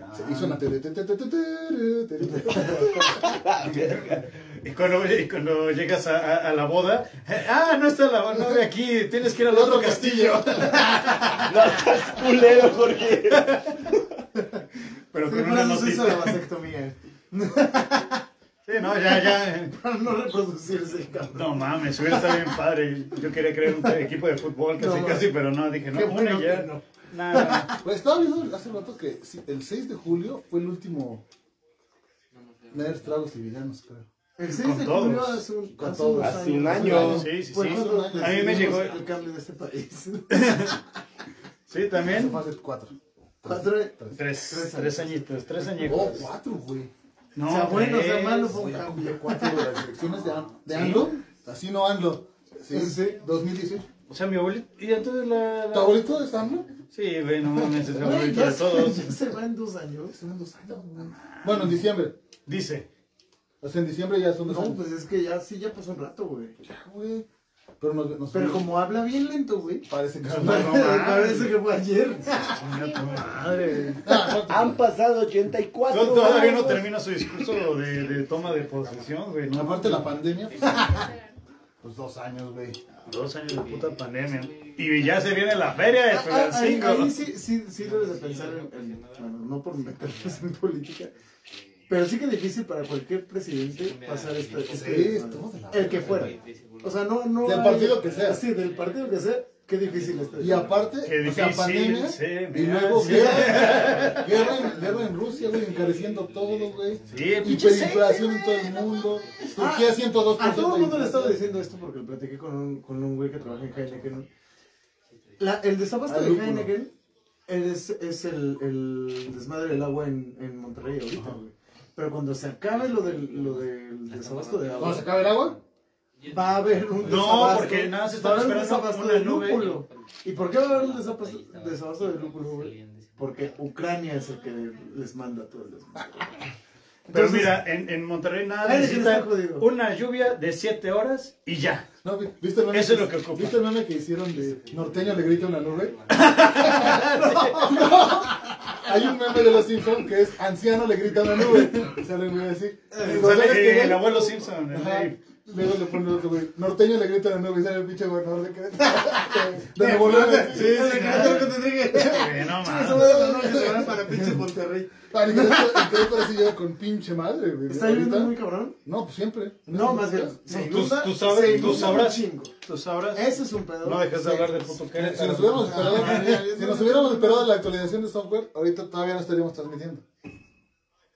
Ah. Y suena. tere, tere, tere, tere, tere, tere. Y cuando, y cuando llegas a, a- a la boda, eh, ah, no está la boda de aquí, tienes que ir al otro castillo. No estás culero, Jorge. Pero Sí, con para una eso se hizo notita. la vasectomía. Sí, no, ya, ya. Para no reproducirse, cabrón. No mames, hubiera estado bien padre. Yo quería crear un equipo de fútbol casi, No, casi, pero no, dije, no, Qué una bueno y ya. que no. Nada. Pues estaba viendo hace rato que sí, el 6 de julio fue el último Nerds, Tragos y Villanos, creo. El 6 Con de julio todos. hace un, Con hace todos. unos Hace un años. año. Sí, sí, Fue sí. cuando A mí me llegó- decidimos el cambio de este país. Sí, Eso también. fue hace 4. Cuatro- Tres, tres añitos, tres Oh, añitos. 4, güey. No, pues. sea bueno, sea tres. malo, No, ya cumplió 4 de las elecciones de, An- de ANLO. Así no ANLO. Sí, Sí. 2018. O sea, mi abuelito. ¿Y entonces la.? la- ¿Tu abuelito es ANLO? Sí, güey, no mames, es Güey, abuelito ya de todos. se- ya se van dos años. Son dos años, güey. Bueno, en diciembre. Dice. O sea, en diciembre ya son dos No, pues, años. pues es que ya sí, ya pasó un rato, güey. Ya, güey. Pero nos, nos Pero como habla bien lento, güey. parece que Parece que fue ayer. Chinga tu madre. Ah, Ah, Han pasado 84 Tod- Todavía no años. termina su discurso de, de toma de posesión, güey. ¿no? Aparte la pandemia. Pues, pues dos años, güey. Dos años de puta pandemia. Y ya se viene la feria de Ah, ah, ahí, Tulancingo. ahí sí, sí, sí debes de pensar, en, en- bueno, no por meternos en política, pero sí que es difícil para cualquier presidente pasar este, este- estamos de la el que fuera. O sea, no, no Del hay- partido que sea. Sí, del partido que sea, qué difícil este. Y aparte, Qué o sea, difícil pandemia. se me Y luego hace. guerra, guerra, en, guerra en Rusia, güey, encareciendo todo, güey. Sí, pinche Hiperinflación en todo el mundo. Turquía 102%. Ah, A todo el mundo le estaba de inflación. diciendo esto porque lo platiqué con un, con un güey que trabaja en Heineken. La- el desabastro Al de lúpulo. Heineken es, es el, el desmadre del agua en, en Monterrey ahorita, güey. Pero cuando se acabe lo del, lo del desabasto de ¿Cuándo agua, se acabe el agua? va a haber No, un desabasto. porque nada más va a están haber un esperando desabasto una de nube. lúpulo. ¿Y por qué va a haber un desabasto, desabasto de lúpulo, güey? Porque Ucrania es el que les manda todo el desmadre. Pero Entonces, mira, en, en Monterrey nada Ay, necesita está jodido. una lluvia de 7 horas y ya. No, vi- ¿viste el meme? Eso es lo que ocupa. ¿Viste el meme que hicieron de norteño le grita en la nube? Hay un meme de los Simpsons que es anciano le grita en la nube. Y Sale el güey Eh, así. Y Sale ¿sabes qué, güey? el abuelo Simpson, el Ajá. Dave. Luego le pone otro güey. Norteño le grita en la nube y sale el pinche gobernador de Querétaro. De Nuevo León. Sí, sí, claro que te dije. Güey, no mames. Eso de la noche se van para pinche Monterrey. Ah, el Querétaro el Querétaro sí llega con pinche madre, güey. ¿Está Ahorita- lloviendo muy cabrón? No, pues siempre. No, más bien. Se Tú- inunda, tú sabes, se tú inunda sabrás. un chingo. Tú sabrás. Ese es un pedo. No dejas de hablar de puto Querétaro. Si nos hubiéramos esperado, si nos hubiéramos esperado la actualización de software, ahorita todavía no estaríamos transmitiendo.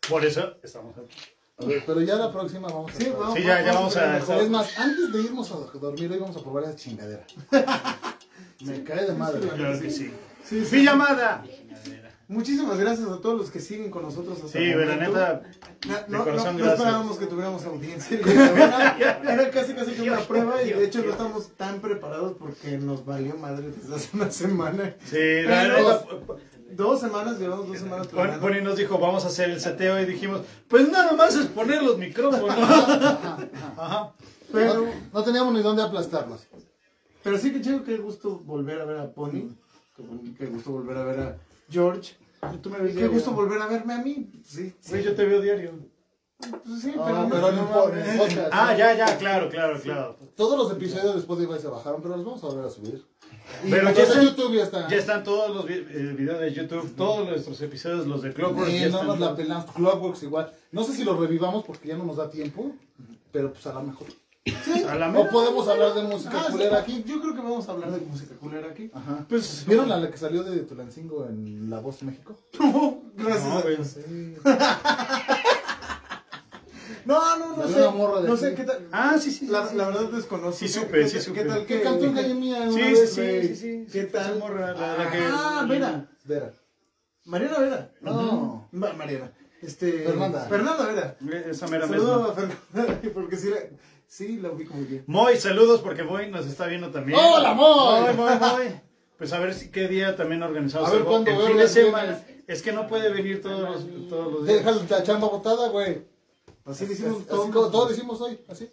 Por eso estamos aquí. A ver, pero ya la próxima vamos a. Sí, vamos, Sí, ya- ya vamos a- mejor. Es más, antes de irnos a dormir, hoy vamos a probar esa chingadera. Me cae de madre. Claro que sí. Sí, sí. ¡Mi llamada! Muchísimas gracias a todos los que siguen con nosotros hasta Sí, el pero la momento. neta, Na- de No, no, corazón, no gracias. esperábamos que tuviéramos audiencia. Era, era casi casi que una prueba y de hecho no estamos tan preparados porque nos valió madre desde hace una semana. sí, la neta, Dos semanas, llevamos dos semanas. Pon- planeando. Pony nos dijo, vamos a hacer el seteo y dijimos, pues nada más es poner los micrófonos. Ajá. Pero, No teníamos ni dónde aplastarlos. pero sí que chido, qué gusto volver a ver a Pony. Qué bon- Qué gusto volver a ver a George. Y Qué gusto volver a verme a mí. Sí, Güey, sí. yo te veo diario. Pues sí, pero, Ah, no- pero no no importa, mames. en podcast, Ah, ¿no? ya, ya, claro, claro, claro. Todos los episodios de Spotify se bajaron, pero los vamos a volver a subir. Pero ya está ya están, YouTube, ya está. ya están todos los vi- eh, videos de YouTube, todos nuestros episodios, los de Clockwork. Sí, ya no están nos la todos. pelamos. Clockworks igual. No sé si lo revivamos porque ya no nos da tiempo, pero pues a lo mejor. A la No mera. podemos hablar de música Ah, sí, culera aquí. Yo creo que vamos a hablar de música culera aquí. Ajá. Pues, ¿Vieron la que salió de Tulancingo en La Voz México? Gracias. No, a güey. Dios. Sí. No, no, no Había sé. una morra de No aquí. sé qué tal. Ah, sí, sí. La, la verdad desconozco. Sí ¿Qué- supe, qué- sí supe. ¿Qué tal Que que cantó en Calle Mía una Sí, vez, sí, güey. sí, sí. ¿Qué Esa tal? morra, la- la que- Ah, mira. Vera. Mariana Vera. No. Ma- Mariana. Este. Fernanda. Fernanda Vera. Esa mera Saludos misma. a Fernanda porque sí la, sí la ubico muy bien. Moy, saludos porque Moy nos está viendo también. ¡Hola, Moy! Moy, Moy! Pues a ver si qué día también organizamos. A ver algo. cuándo El veo fin de las semana. viernes. Es que no puede venir todos los, todos los días. Deja la chamba botada, güey. Así le Así hicimos como todo. todo lo hicimos hoy, así.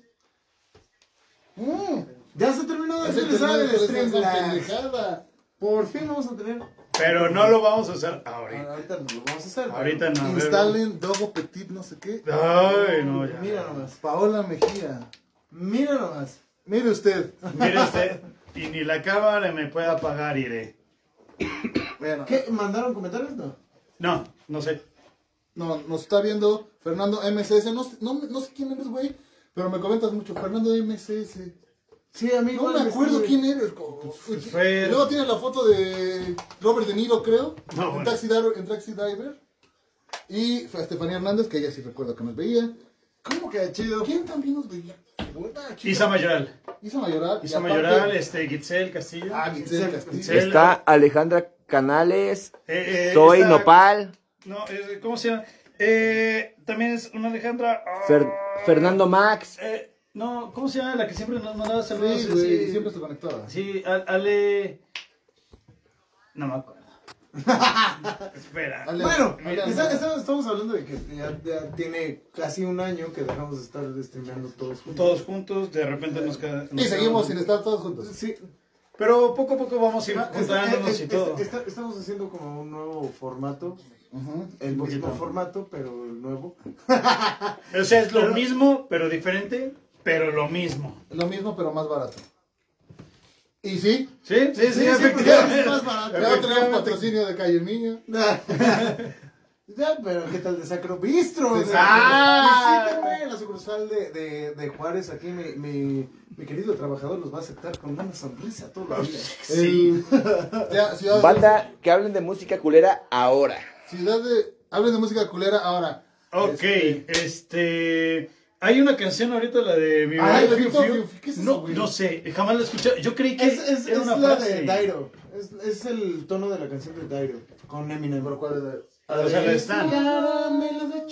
Mm. Ya se terminó de Ese hacer terminó el sábado de del hacer stream. esa la- pendejada. Por fin vamos a tener. Pero no lo vamos a usar ahorita. Ahorita no lo vamos a hacer. Ahorita no. Instalen Dogo Petit, no sé qué. Ay, no, ya. Mira nomás. Paola Mejía. Mira nomás. Mire usted. Mire usted, este, y ni la cámara me puede apagar, iré. Bueno, ¿Qué? ¿Mandaron comentarios? No. No, no sé. no, nos está viendo Fernando MSS. No, sé- no, no sé quién eres, güey, pero me comentas mucho. Fernando MSS. Sí, a mí No igual me acuerdo escribe. quién eres. co- Fer. Y Luego tiene la foto de Robert De Niro, creo, No, en, bueno. Taxi Diver, en Taxi Diver. Y fue a Estefanía Hernández, que ella sí recuerdo que nos veía. ¿Cómo que chido? ¿Quién también nos veía? Puta, chica. Isa Mayoral. Isa Mayoral. y Isa aparte- Mayoral, este, Gitzel Castillo. Ah, Gitzel Castillo. Gitzel. Está Alejandra Canales, Eh, eh, Soy esta- Nopal, No, eh, ¿cómo se llama? Eh, también es una Alejandra. ah, Fer- Fernando Max, eh, no, ¿cómo se llama? La que siempre nos mandaba saludos. Sí, eh, güey, sí. siempre se conectaba. Sí, a- Ale. No me acuerdo. Espera. Ale- Bueno, Ale- esa- esa- estamos hablando de que ya, ya tiene casi un año que dejamos de estar streameando todos juntos. Todos juntos, de repente nos queda. Y seguimos sin estar todos juntos. Sí, Pero poco a poco vamos a ir está- juntándonos eh, y eh, todo. está- está- estamos haciendo como un nuevo formato, Ujú. el mismo formato, pero nuevo. O sea, es lo Pero- mismo, pero diferente, pero lo mismo. Lo mismo, pero más barato. Y sí, Sí, sí, sí, sí, efectivamente. porque es más ya barato. tenemos Efectivamente. patrocinio de Calle Miño. Ya, pero ¿qué tal de Sacro Ah. Bistro? De De- Sacro- Visítame en la sucursal de, de, de Juárez. Aquí mi, mi, mi querido trabajador los va a aceptar con una sonrisa toda la vida. Sí. Eh, ciudad, de, Banda, que hablen de música culera ahora. ciudad de. Hablen de música culera ahora. Ok, Este, este... Hay una canción ahorita, la de mi Ay, Fiu, Fiu, Fiu. Fiu, ¿qué es eso, no, güey? no sé, jamás la he escuchado. Yo creí que Es, es, era es una la frase. de Dairo. Es, es el tono de la canción de Dairo. Con Eminem. ¿Pero cuál es la- Ah, O sea, la están. Caramelo de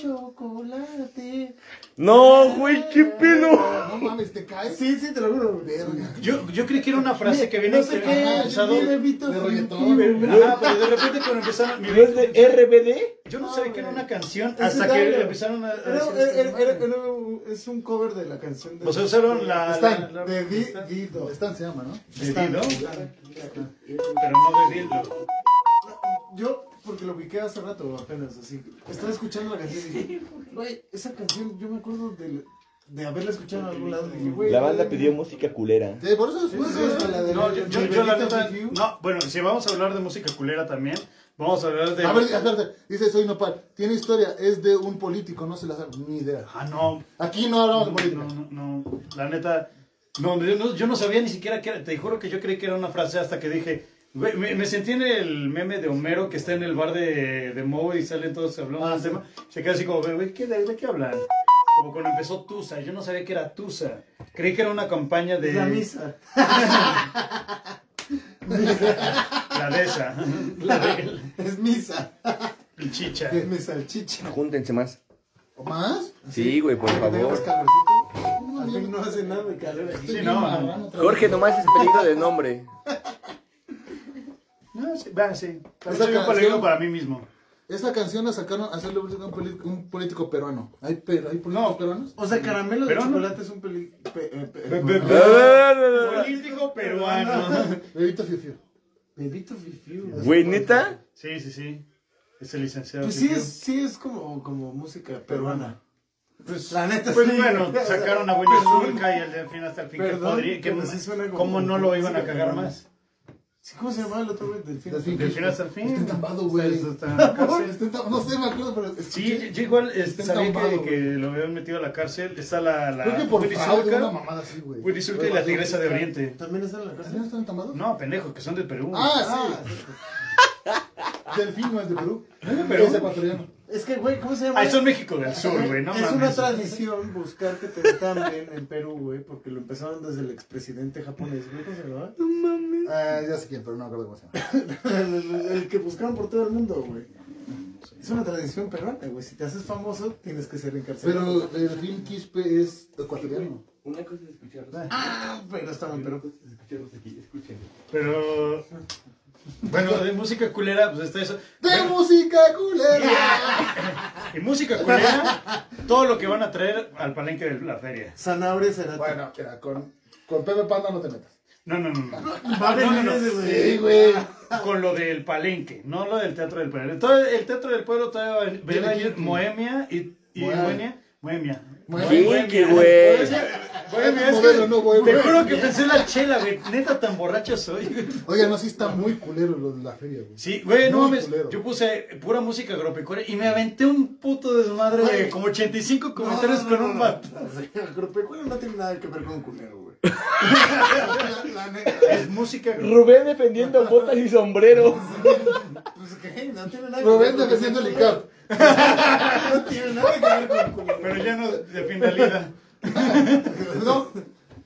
chocolate. No, güey, qué pedo. No mames, te caes. Sí, sí, te lo juro. Verga. Yo, yo creí que era una frase que viene No sé qué, usado. mi bebito de Fiu, reggaetón. Fiu. Ajá, pero de repente cuando empezaron... mi- ¿No es de RBD? Yo no sabía que era una canción Es hasta de que Dairo. empezaron a... a decir Era- era- esta era- madre. era- era un- es un cover de la canción de. O sea, Pues usaron la... Stan, la- la- de Di- Dido. Stan se llama, ¿no? de Stan, Dildo, Stan. pero no de Dildo. Yo, porque lo ubiqué hace rato apenas, así. Estaba escuchando la canción y dije, güey, esa canción yo me acuerdo de, de haberla escuchado en algún lado. Dije, güey, La banda güey, pidió música culera. Sí, por eso es. Pues, es la de- No, yo, yo- yo la Bebito neta. Fiu. No, bueno, si vamos a hablar de música culera también, vamos a hablar de. A ver, espérate. Dice Soy Nopal. Tiene historia. Es de un político. No se la sabe. Ni idea. Ah, no. Aquí no hablamos de política. No, no, no. La neta. No, yo no, yo no sabía ni siquiera que era. Te juro que yo creí que era una frase hasta que dije. güey, me, me sentí en el meme de Homero que está en el bar de, de Moe y salen todos hablando Ah, del sí. tema. Se queda así como, güey, güey, ¿qué, ¿de de qué hablan? Como cuando empezó Tusa. Yo no sabía que era Tusa. Creí que era una campaña de. La misa. La de esa. La de. Es misa. El chicha. Es mi salchicha. Júntense más. ¿O más? Sí, güey, por Para que tengamos favor. calorcito. No, al fin no hace nada de calor aquí. Sí, no. Marrano, otra Jorge, vez. nomás es peligro de nombre. No, sí, va, sí. También Esa soy un canción- peligro para mí mismo. Esta canción la sacaron a hacerle un, poli- un político peruano. ¿Hay, per- hay políticos No. peruanos? O sea, caramelo de Pero no. chocolate es un peli. pe- eh, pe- Pe- pe- pe- Político peruano. Bebito Fiu Fiu. Bebito fifiu. Güey, neta. Sí, sí, sí. Es el licenciado. Pues sí es, sí es como, como música peruana. Pues, la neta Pues sí. bueno, O sea, sacaron a Willy Zulka y al delfín hasta el fin. que Perdón, podría, que pero sí suena como- ¿Cómo no lo iban a música cagar peruana. más? sí, ¿Cómo se llamaba el otro güey? Delfín. Delfín. Delfín hasta el Está fin. entambado, güey. Está- está en la cárcel. Este está- No sé, me acuerdo, pero. Sí, yo igual eh, Está sabía que, entambado, que lo habían metido a la cárcel. Está la, la Creo que por Willy fraude, Zulka, una mamada así, güey. Willy Zulka y la tigresa de Oriente. ¿También está en la ¿Así no cárcel? están entamados? No, pendejos, que son de Perú. Ah, sí. Delfín no es de Perú. de Perú? Es ecuatoriano. Es que, güey, ¿cómo se llama? Ah, son México del Sur, güey. No es mames. una tradición buscar que te entamben en Perú, güey, porque lo empezaron desde el expresidente japonés, güey, ¿cómo se llamaba? Ah, ya sé quién, pero no me acuerdo cómo se llama. El, el- el que buscaron por todo el mundo, güey. Es una tradición peruana, güey. Si te haces famoso, tienes que ser encarcelado. Pero Delfín Quispe es ecuatoriano. Una cosa es escucharlos. Ah, pero pues, estaba en Perú. Escucharlos aquí, escuchen. Pero. Bueno, de música culera, pues está eso. ¡De música culera! Y música culera, todo lo que van a traer al palenque de la feria. Sanabria será. Bueno, mira, con, con Pepe Panda no te metas. No, no, no, no. Va a No, no, venir no. ese, Sí, güey. güey. Con lo del palenque, no lo del teatro del pueblo. Todo el teatro del pueblo todavía va a venir- va a venir Moemia y, y Moemia. Bohemia. Moemia. Bueno, Kinky, güey. Bohemia, es Modelo, que- no, Bohemia. Te juro que pensé en la chela, güey. Neta, tan borracho soy. güey. Oiga, no, sí está muy culero lo de la feria, güey. Sí, güey, no Muy mames. culero. Yo puse pura música agropecuaria y me aventé un puto desmadre de como 85 comentarios con un vato. Agropecuario no tiene nada que ver con culero, güey. Es música agropecuaria. Rubén defendiendo botas y sombrero. Pues que no tiene nada Rubén que ver defendiendo el ICAP. No tiene nada que ver con culero. Pero ya no de finalidad. No,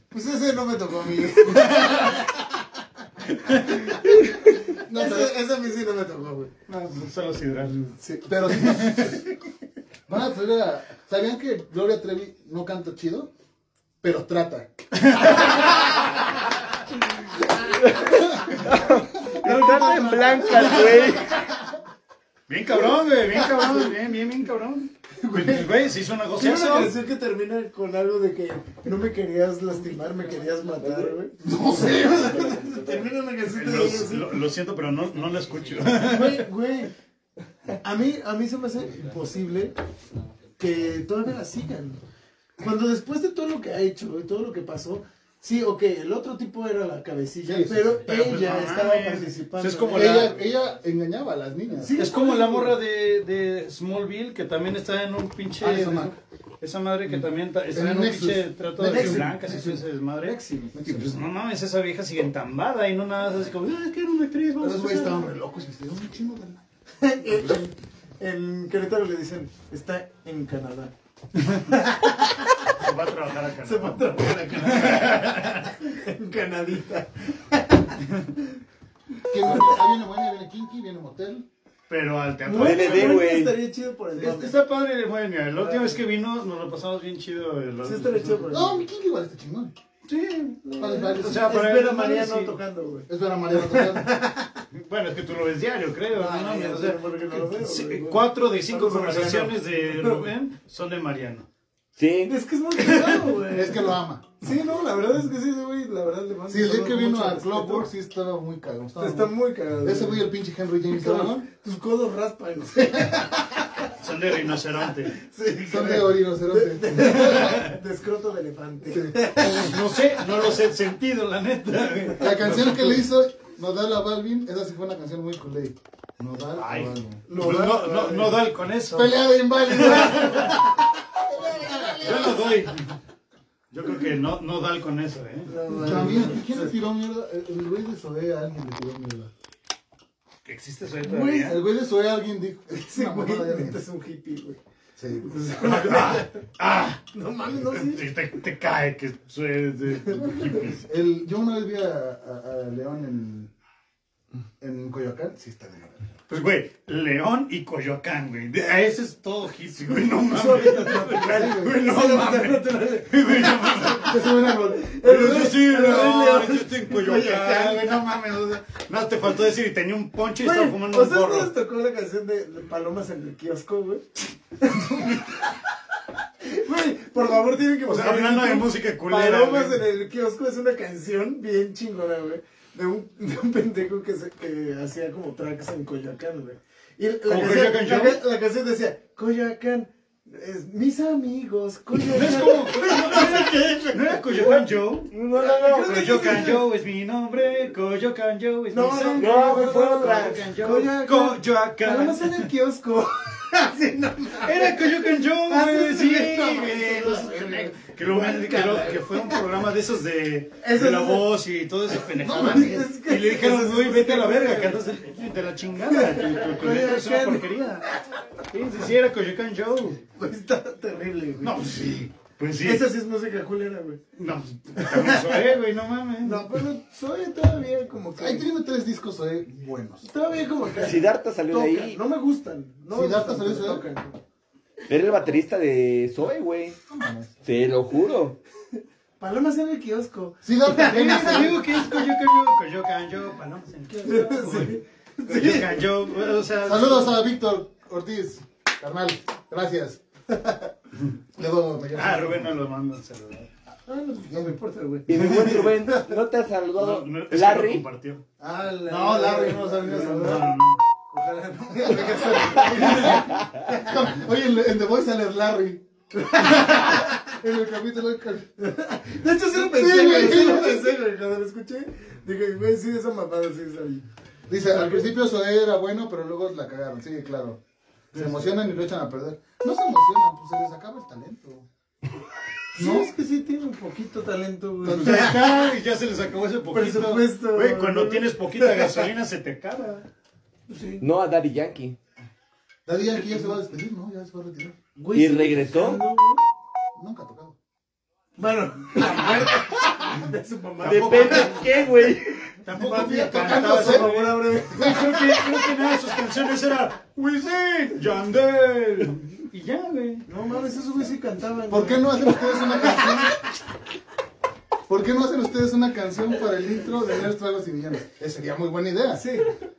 pues ese no me tocó a mí. No, ese, ese a mí sí no me tocó, güey. No, solo sidral. Sí, pero sí. Van a traer a. ¿Sabían que Gloria Trevi no canta chido? Pero trata. Trata en blancas, güey. Bien cabrón, güey, bien cabrón, bien, bien, bien cabrón. Pues, Güey, se hizo un Sí, una negociazo. canción que termina con algo de que no me querías lastimar, me querías matar, güey. No sé. Termina una canción de Los- Eh, lo, lo siento, pero no, no la escucho. Güey, güey. A mí, a mí se me hace imposible que todavía la sigan. Cuando después de todo lo que ha hecho y todo lo que pasó, sí, ok, el otro tipo era la cabecilla, Sí, sí, pero, pero pues ella no estaba mames. participando. O sea, es como la- Ella, ella engañaba a las niñas. Sí, Es como la morra de, de Smallville que también está en un pinche. Ah, esa madre. esa madre que también ta- está En en, un Nexus. pinche trato En de Nexus. blancas y todo ese desmadre. Y pues no mames, esa vieja sigue entambada y no nada más así como, "Ah, es que era una actriz, vamos Esos a güeyes hacer estaban algo". re locos y se dieron un chingo de lana. En Querétaro le dicen, está en Canadá. Se va a trabajar acá. Se va a trabajar a Canadá. en Canadita. ¿Quién viene? Ahí viene buena, viene Kinky, viene Motel. Pero al teatro. Bueno, Es- bueno, güey. estaría chido por el nombre. Está padre el bohemia. La última vez que vino nos lo pasamos bien chido. eh, los- Sí, estaría chido por el No, nombre. mi Kinky igual está chingón. Sí. Vale, vale. O sea, para Espera el- Mariano sí. tocando, güey. Es buena manera total. Bueno, es que tú lo ves diario, creo. Ah, no, ya O sé sea, por qué no lo veo, sí, güey. cuatro de cinco Saludos a conversaciones de Mariano. Rubén son de Mariano. Sí. Es que es muy pesado, güey. Es que lo ama. Sí, no, la verdad es que sí, ese güey, la verdad le mando Sí, el día saludos, que vino mucho a respeto. Clockwork sí estaba muy cagado. estaba Está muy- muy cagado. Ese güey, el pinche Henry James Brown, cabrón. Tus codos raspan. Son de rinoceronte. Sí, son de orinoceronte. De escroto de elefante. No sé, no los he sentido, la neta. güey. La canción que le hizo Nodal a Balvin, esa sí fue una canción muy culé. Nodal a Ay. Balvin. Pues No, no, eh. no, no doy con eso. Pelea de inválida. Yo no doy. Yo creo que no, no doy con eso, ¿eh? No, no, También, ¿quién le tiró mierda? El el güey de Zoé a alguien le tiró mierda. Que existe eso ahí Güey, todavía. el güey de Zoé a alguien dijo. Ese Ese güey neta, es un hippie, güey. Sí. Ah, ah, No mames, no, sí. te, te- te cae que eh. sueles de hippies. El, yo una vez vi a, a- a León en, en Coyoacán. Sí, está de la verga. Pues, güey, León y Coyoacán, güey. De- a Ese es todo hippie, güey. No mames. Güey, no mames. Güey, no mames. Se sube una gol- Pero yo sí, no, yo estoy en Coyoacán, güey, no mames. o sea, no, te faltó decir, y tenía un ponche y Güey, estaba fumando un ¿ustedes no porro. les tocó la canción de Palomas en el kiosco, güey? Güey, por favor tienen que O sea, buscar en hablando de YouTube. música culera, Palomas güey. en el kiosco es una canción bien chingona, güey. De un, de un pendejo que, se- que hacía como tracks en Coyoacán, güey. Y la, ¿Como canción, Coyoacán la, Show? ca- la canción decía, Coyoacán, es mis amigos, Coyoacán. Es como, no era Coyoacán Joe. No, no, no. Coyoacán Joe es mi nombre, Coyoacán Joe es mi No, no, sangre. no, güey, fue otra. Coyoacán Joe. Coyoacán. Coyoacán. Palomas en el kiosco. Así no Era Coyoacán Joe, Ah, güey, sí, sí, sí, no, güey, no, los- no, Que lo- que lo- que fue un programa de esos de, Eso de la es- voz y todo eso pendejadas. mames, es que- y le dijeron, eso es- güey, vete a la verga, que andas de, de la chingada. Tu, tu, tu letra es una Coyoacán. porquería. Sí, sí, sí, era Coyoacán Joe. Pues está terrible, güey. No, pues sí. Pues sí. Esa sí es música culera, güey. No, pues, también soy, güey, no mames. No, pero soy todavía como Ahí que. tiene tres discos Zoé buenos. Todavía como que. Siddhartha salió de tocan. ahí. No me gustan. No me Siddhartha gustan, salió pero de ahí. tocan. Era el baterista de Zoe, güey. Te lo juro. Palomas en el kiosco. Sí, Dante Tengo Pérez. un pues, amigo que es Coyoacán Joe, Coyoacán Joe, palomas en el kiosco, Sí. Coyoacán Joe, güey, o sea. Saludos a Víctor Ortiz, carnal. Gracias. Le doy mayor- Ah, Rubén no lo manda un saludo. Ah, no, no me importa, güey. Y mi buen Rubén, ¿no te ha No, saludado no, es que lo Larry? compartió. Ah, la- No, Larry no nos ha venido a No, saludar. no, no. Ojalá no me haga saludar. Oye, en- en The Voice sale Larry. en el capítulo de De hecho, sí lo pensé, Sí, güey. güey. Sí lo pensé, güey. Cuando lo escuché, dije, güey, sí, esa mamada sí es ahí. Dice, al principio Zoé era bueno, pero luego la cagaron. Sí, claro. Se emocionan y lo echan a perder. No se emocionan, pues se les acaba el talento. No, es que sí tiene un poquito talento, güey. Pues ya está, y ya se les acabó ese poquito. Presupuesto. Güey, cuando tienes poquita gasolina se te acaba. Sí. No a Daddy Yankee. Daddy Yankee ya se va a despedir, ¿no? Ya se va a retirar. Güey, ¿Y sí, regresó? tocando, güey. Nunca ha tocado. Bueno, la muerte de su mamá. Depende de qué, güey. Tampoco Papi, te tocando cantaba ser, esa mamada, güey. Güey, Creo que, creo que nada de sus canciones era Wisin, Yandel. Y ya, güey. No mames, esos güey sí cantaban. ¿Por qué no hacen ustedes una canción? ¿Por qué no hacen ustedes una canción para el intro de Nerds, Tragos y Villanos? Esa sería muy buena idea. Sí.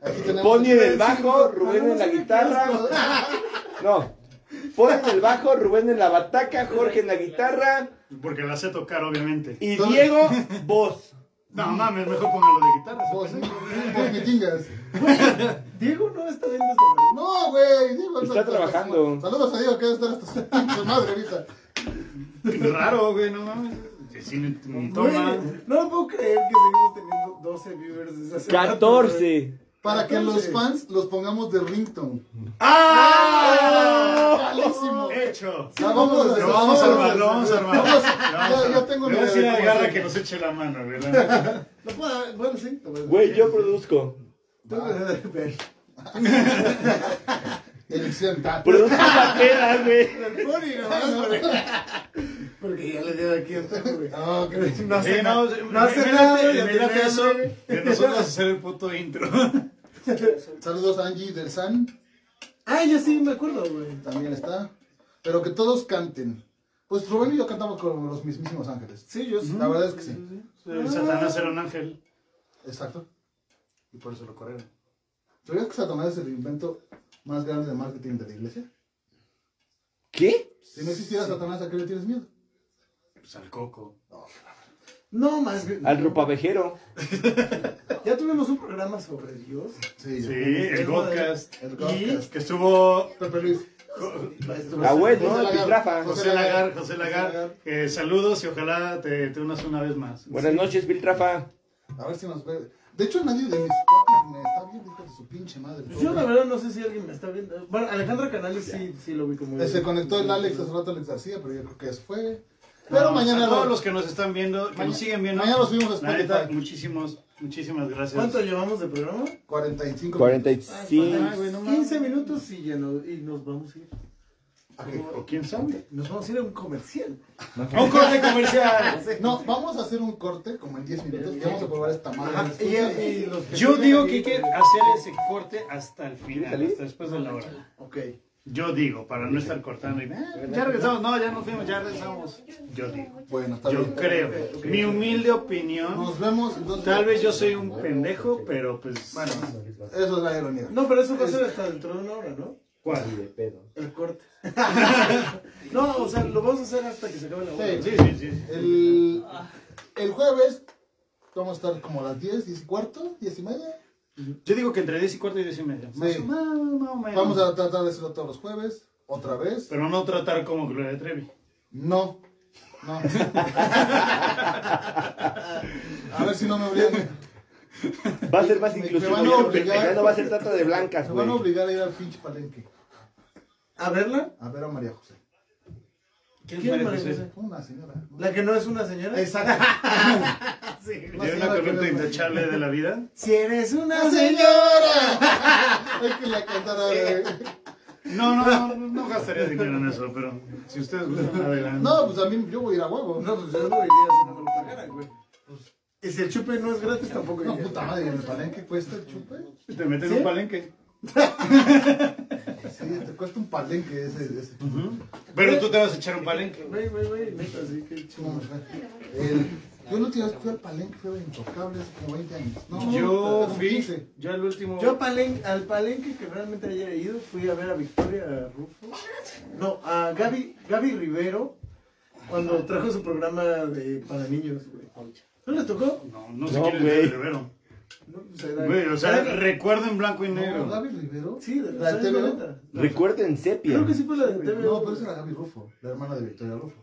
Aquí tenemos... Pony en el bajo, Rubén en la guitarra. No. Pony en el bajo, Rubén en la bataca, Jorge en la guitarra Porque la sé tocar, obviamente. y Diego, voz. No mames, mejor póngalo de guitarra. Vos, ¿eh? Vos me chingas. Diego no está viendo sobre No, güey. Diego, hasta- Está hasta- trabajando. Saludos a Diego, que debe estar hasta su pinche madre ahorita. Qué Raro, güey, no mames. Sí, ni- ni toma. Güey, No lo puedo creer que seguimos teniendo 12 viewers desde hace rato, güey. 14. Para que los Entonces- fans los pongamos de ringtone. ¡Ah! ¡Malísimo! Hecho. Ya vamos, Lo vamos a armar, lo vamos a armar. Vamos, Lo vamos a ya- armar. ya tengo Le mi voy a decir idea a de cómo Garra hacer. que nos eche la mano, ¿verdad? No puedo- bueno, sí. te voy a decir. Güey, yo produzco. Tú, güey, ver. Elección. Produzco pateras, güey. El Pony, nomás, güey. Porque ya le dio aquí entonces, güey. No, que- No Sí, no, hace nada. me- No hace me nada. late- ya Me tiene late eso hambre. de nosotros hacer el puto intro. Saludos a Angie del San. Ah, ya sí, me acuerdo, güey. También está. Pero que todos canten. Pues Rubén y yo cantamos con los mismísimos ángeles. Sí, yo sí. La verdad es que sí. El Satanás era un ángel. Exacto. Y por eso lo corrieron. ¿Sabías que Satanás es el invento más grande de marketing de la iglesia? ¿Qué? Si no existiera Satanás, ¿a qué le tienes miedo? Pues al coco. No, más bien. Al ropavejero. Ya tuvimos un programa sobre Dios. Sí, Sí, el podcast. El Y podcast. que estuvo Pepe Luis. La web, ¿no? José El Lagar. Pitrafa. José José Lagar, José José Lagar. Lagar. eh, saludos y ojalá te, te unas una vez más. Buenas noches, Viltrafa. A ver si nos ve. De hecho, nadie de mis cuates me está viendo, hijo de su pinche madre. Pues yo la verdad no sé si alguien me está viendo. Bueno, Alejandro Canales sí, sí lo vi como. Eh, Se conectó el Alex hace rato, Alex García, pero yo creo que se fue. Pero A mañana todos lo- los que nos están viendo, que Mañana- nos siguen viendo. mañana lo subimos a La neta, Spotify. muchísimos, muchísimas gracias. ¿Cuánto llevamos de programa? 45. Ah, 45. Ay, güey, no mames. 15 minutos y ya no, y nos vamos a ir. ¿O quién sabe? Nos vamos a ir a un comercial. ¡Un corte comercial! No, vamos a hacer un corte como en 10 minutos y vamos a probar esta madre. Y, Eh, eh, y los que Yo estén digo ahí, que hay que eh, hacer ese corte hasta el final, hasta después de la hora. Ok. Yo digo, para no estar cortando. y, "Ah, ya regresamos, no, ya nos fuimos, ya regresamos. Yo digo. Bueno, está Yo bien. creo. Mi humilde opinión. Nos vemos. Entonces, Tal vez yo soy un pendejo, pero pues. Bueno, Eso es la ironía. No, pero eso va a ser hasta dentro de una hora, ¿no? ¿cuál? El corte. no, o sea, lo vamos a hacer hasta que se acabe la hora. Sí, Sí, sí, sí. El, el jueves vamos a estar como a las 10, 10 y cuarto, 10 y media. Yo digo que entre 10 y cuarto y 10 y media. Más, Sí. más o menos. Vamos a tratar de hacerlo todos los jueves. Otra vez. Pero no tratar como Gloria Trevi. No. No. A ver si no me obligan. Va a ser más Me- me inclusivo. van a ya no- obligar. Ya no va a ser trata de blancas, Me van a güey. obligar a ir al pinche palenque. ¿A verla? A ver a María José. ¿Quién ¿Quién María María José? José? Una señora. ¿La que no es una señora? Exacto. ¿Tiene una corriente intachable de la vida? Si eres una ¡Una señora. señora! Hay que la cantara. güey. No, no, no, no gastaría dinero en eso, pero si ustedes gustan, adelante. No, pues a mí yo voy a ir a huevo. No, pues yo no iría si no me lo pagaran, güey. Pues, Y si el chupe no es gratis, tampoco No, iría. puta madre, ¿y en el palenque cuesta el chupe? Te meten ¿Sí? un palenque. Sí, te cuesta un palenque ese. ese. Pero tú te vas a echar un palenque. Güey, güey, güey, neta, así que ¿Cómo me fue? El- yo no tenía que fui al palenque, fue de intocables como 20 años. No, Yo como fui, 15. yo el último... Yo a Palen- al palenque que realmente haya ido, fui a ver a Victoria Rufo. No, a Gaby, Gaby Rivero, cuando trajo su programa de, para niños, güey. ¿No les tocó? No, no sé No, quién güey. es el Rivero. No, o sea, era- Güey, o sea, era- recuerdo en blanco y No, negro. Gaby Rivero. Sí, de la la de TV. TV. neta. Recuerden sepia. Creo que sí fue la de TV. No, pues, pero esa era Gaby Rufo, la hermana de Victoria Rufo.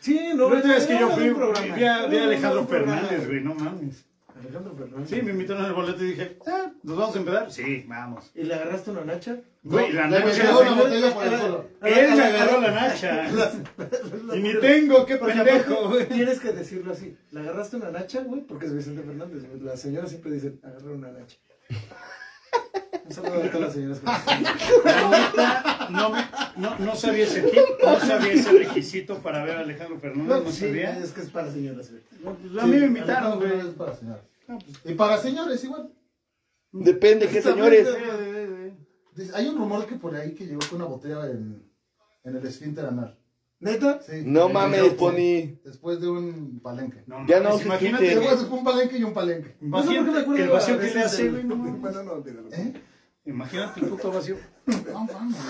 Sí, no, No, es que era yo de un fui, programa. vi a, vi a Era de Alejandro un programa. Fernández, güey, no mames. Alejandro Fernández. Sí, me invitaron al boleto y dije, ah, ¿nos vamos a empezar? Sí, vamos. ¿Y le agarraste una nacha? Güey, la Le noche... metió se- una botella por el suelo. Él me agarró la nacha. Y ni tengo, qué Porque pendejo, aparte, güey. Tienes que decirlo así. ¿Le agarraste una nacha, güey? Porque es Vicente Fernández, güey. Las señoras siempre dicen, agarra una nacha. Un saludo a todas las señoras. que nos escuchan. La neta, no, me- no, no sabía ese tip, no sabía ese requisito para ver a Alejandro Fernández, no Sí, sabía. es que es para señoras, güey. No, pues a mí me invitaron, Alejandro güey. Ah, Fernández pues. para señoras. Y para señores igual. Depende, ¿qué señores? Dice, Hay un rumor que por ahí que llegó con una botella en, en el esfínter anal. ¿Neta? Sí. No Sí, mames, sí. Pony. Después de un palenque. No, Ya no mames, se imagínate, quite. güey. Después de un palenque y un palenque. No sé por qué me Imagínate acuerdo el de la vacío que vez le hace, del- güey. no mames. Bueno, no, tíralo. ¿Eh? Imagínate el puto vacío. No mames.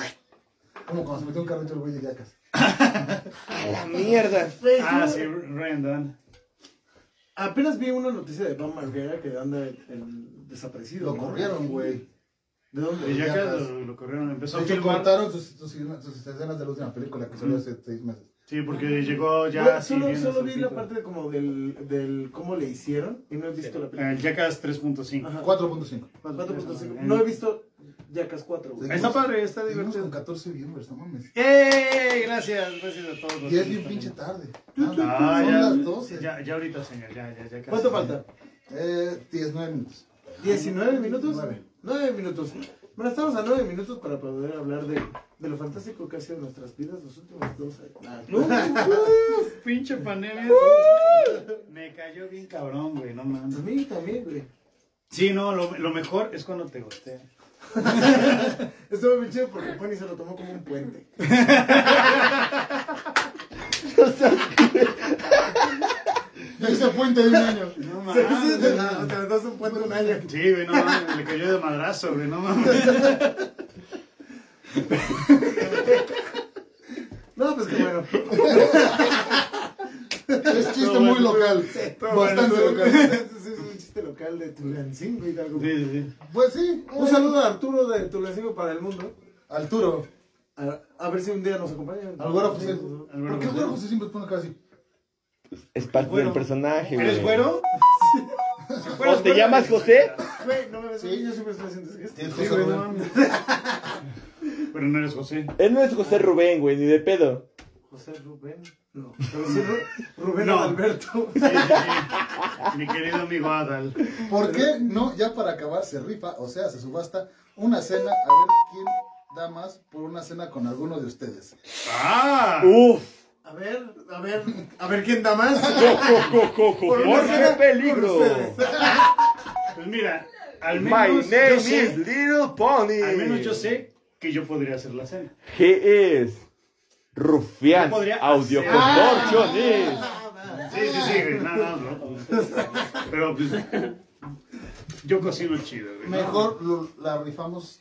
Como cuando se metió un carrito el güey de yacas. A la mierda. Güey, Ah, yo sí, Ryan Dunn. Apenas vi una noticia de Pam Marguera que anda el, el desaparecido. Lo ¿no? corrieron, güey. ¿De De dónde? Ya, Jackass pues. lo, lo corrieron, empezó De a hecho, filmar. cortaron sus, sus, sus escenas de la última película que salió hace seis meses. Sí, porque llegó ya. Güey, así solo bien solo vi la azulito. parte de como del, del cómo le hicieron y no he visto la película. El Jackass 3.5. Ajá. 4.5. 4.5. No he visto Jackass 4. güey. Sí. Está padre, está Seguimos con divertido. 14 viewers, no mames. ¡Ey! Gracias, gracias a todos. los Y que es bien están pinche viendo. tarde. Ah, Son ya, las 12. Ya, ya ahorita, señor, ya, ya, ya. casi. ¿Cuánto falta? Eh, 19 minutos. 19 minutos. Nueve. 9 minutos. Bueno, estamos a 9 minutos para poder hablar de, de lo fantástico que ha sido nuestras vidas los últimos dos años. Ah, no. Uf, pinche ¿eh? pandemia. Me cayó bien cabrón, güey, no A mames. mí también, güey. Sí, no, lo, lo mejor es cuando te gostea. Estuvo bien chido porque Pony se lo tomó como un puente. Ya hice puente de un año. No Se hizo mames. de nada, te aventaste un puente un año. Sí, güey, no mames, le cayó de madrazo, güey, no mames. No, pues que bueno. Es chiste muy local. Bastante local. Ese es un chiste local de Tulancingo y algo. Sí, sí, sí. Pues sí. Un saludo a Arturo de Tulancingo para el mundo. Arturo. A, a ver si un día nos acompaña. Al güero José. Álvaro ¿Por qué el José. güero José siempre pone casi? Es parte Güero. del personaje, güey. ¿Eres güero? ¿O te llamas José? Güey, no me ves. Sí. yo siempre estoy haciendo ese gesto. Es Sí, José güey, no Rubén. mames. Pero no eres José. Él no es José Rubén, güey, ni de pedo. José Rubén. No. Pero sí, Ru- Rubén No. Alberto. Sí, sí, sí. Mi querido amigo Adal. ¿Por qué no, ya para acabar, se rifa, o sea, se subasta una cena, a ver quién da más por una cena con alguno de ustedes? ¡Ah! Uf, A ver, a ver, a ver quién da más. cojo, cojo, Por una Jorge cena Peligro. con ustedes. Pues mira, al My menos, name yo is sé, Little Pony. al menos yo sé que yo podría hacer la cena. ¿Qué es? Rufián Yo podría hacer- Audio Contorsiones. Sí, sí, sí, güey. No, no, no. Pero pues, yo cocino chido, güey. Mejor lo- la rifamos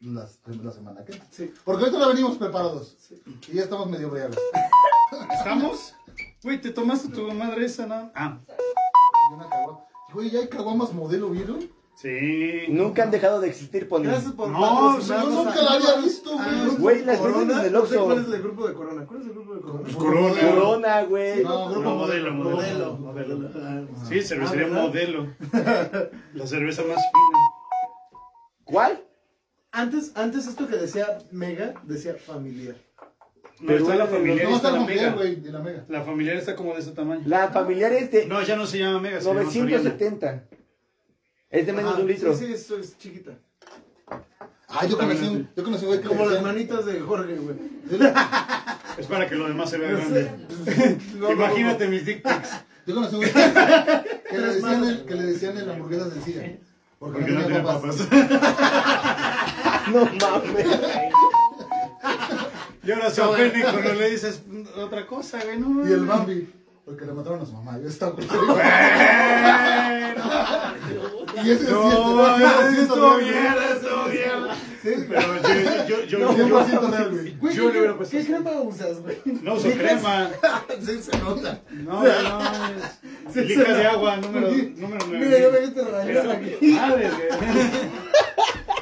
las- la semana que entra. Sí. Porque ahorita la venimos preparados. Y ya estamos medio briagos. ¿Estamos? Güey, te tomaste tu madre esa, ¿no? Ah, Y una caguama. Güey, ya hay caguamas modelo, ¿vieron? sí. Nunca han dejado de existir, Pony. Gracias por No, patrocinarnos yo nunca a- la había visto, a güey. grupo Güey, las Corona. venden en el No sé Oxxo. ¿Cuál es el grupo de Corona? ¿Cuál es el grupo de Corona? Corona. Corona, güey. No, grupo No, modelo. modelo, modelo. Modelo. modelo. Sí, cervecería Ah, ¿verdad? modelo. La cerveza más fina. ¿Cuál? Antes, antes esto que decía mega, decía familiar. No, Pero está la bueno, familiar y No, está está la la mega. mujer, güey, de la mega. La familiar está como de ese tamaño. La familiar es de No, ya no se llama mega, se llama Soriana. 970. Es de menos Ajá, de un litro. Ah, Sí, sí, eso es chiquita. Ah, yo conocí un, yo conocí un güey que Como le las decían- manitas de Jorge, güey. Es para que lo demás se vea grande. No, no, Imagínate mis dick pics. Yo conocí un güey que, que le Tres decían manos. el, que le decían el hamburguesa sencilla. Porque, Porque no tenía tiene papas. papas. No mames. Y ahora se ofende cuando le dices otra cosa, güey. No, Y el Bambi. Porque le mataron a su mamá. Yo estaba Y ese No, es eso estuvo bien, eso estuvo bien. Sí, Pero yo, yo, yo, yo, 100% real, güey. Güey, Yo ¿qué, le hubiera puesto ¿Qué así. crema usas, güey? no uso crema. Sí, se nota. No, no, es Sí, lica sí. de agua, número, número Mira, yo me 9. quedé rayado aquí. Madre, güey.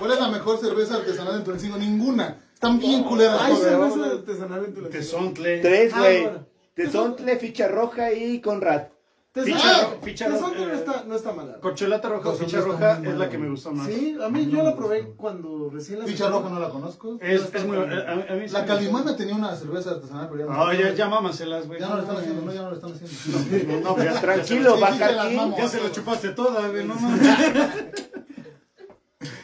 ¿Cuál es la mejor cerveza artesanal en Tulancingo? Ninguna. Están bien culeras. Hay todas. cerveza artesanal en tu Tesontle. Tres, Ah, güey. bueno. Tesontle, ficha roja y Conrad. Ficha- Tesontle ficha- Tesontle no eh, está, no está mala. Corcholata roja, Dos ficha hombres roja con- es la que me gustó más. Sí, a mí yo la probé cuando recién la Ficha roja no la conozco. Es, es muy. A, a mí sí La me Calimana tenía una cerveza artesanal, pero ya no. Ah, ya, ya mámaselas, güey. Ya no la están haciendo, no, ya no la están haciendo. No, no, ya- ya se Tranquilo, sí, sí, se las Bacardi. mamo. la- Ya se la chupaste toda, güey, no mames.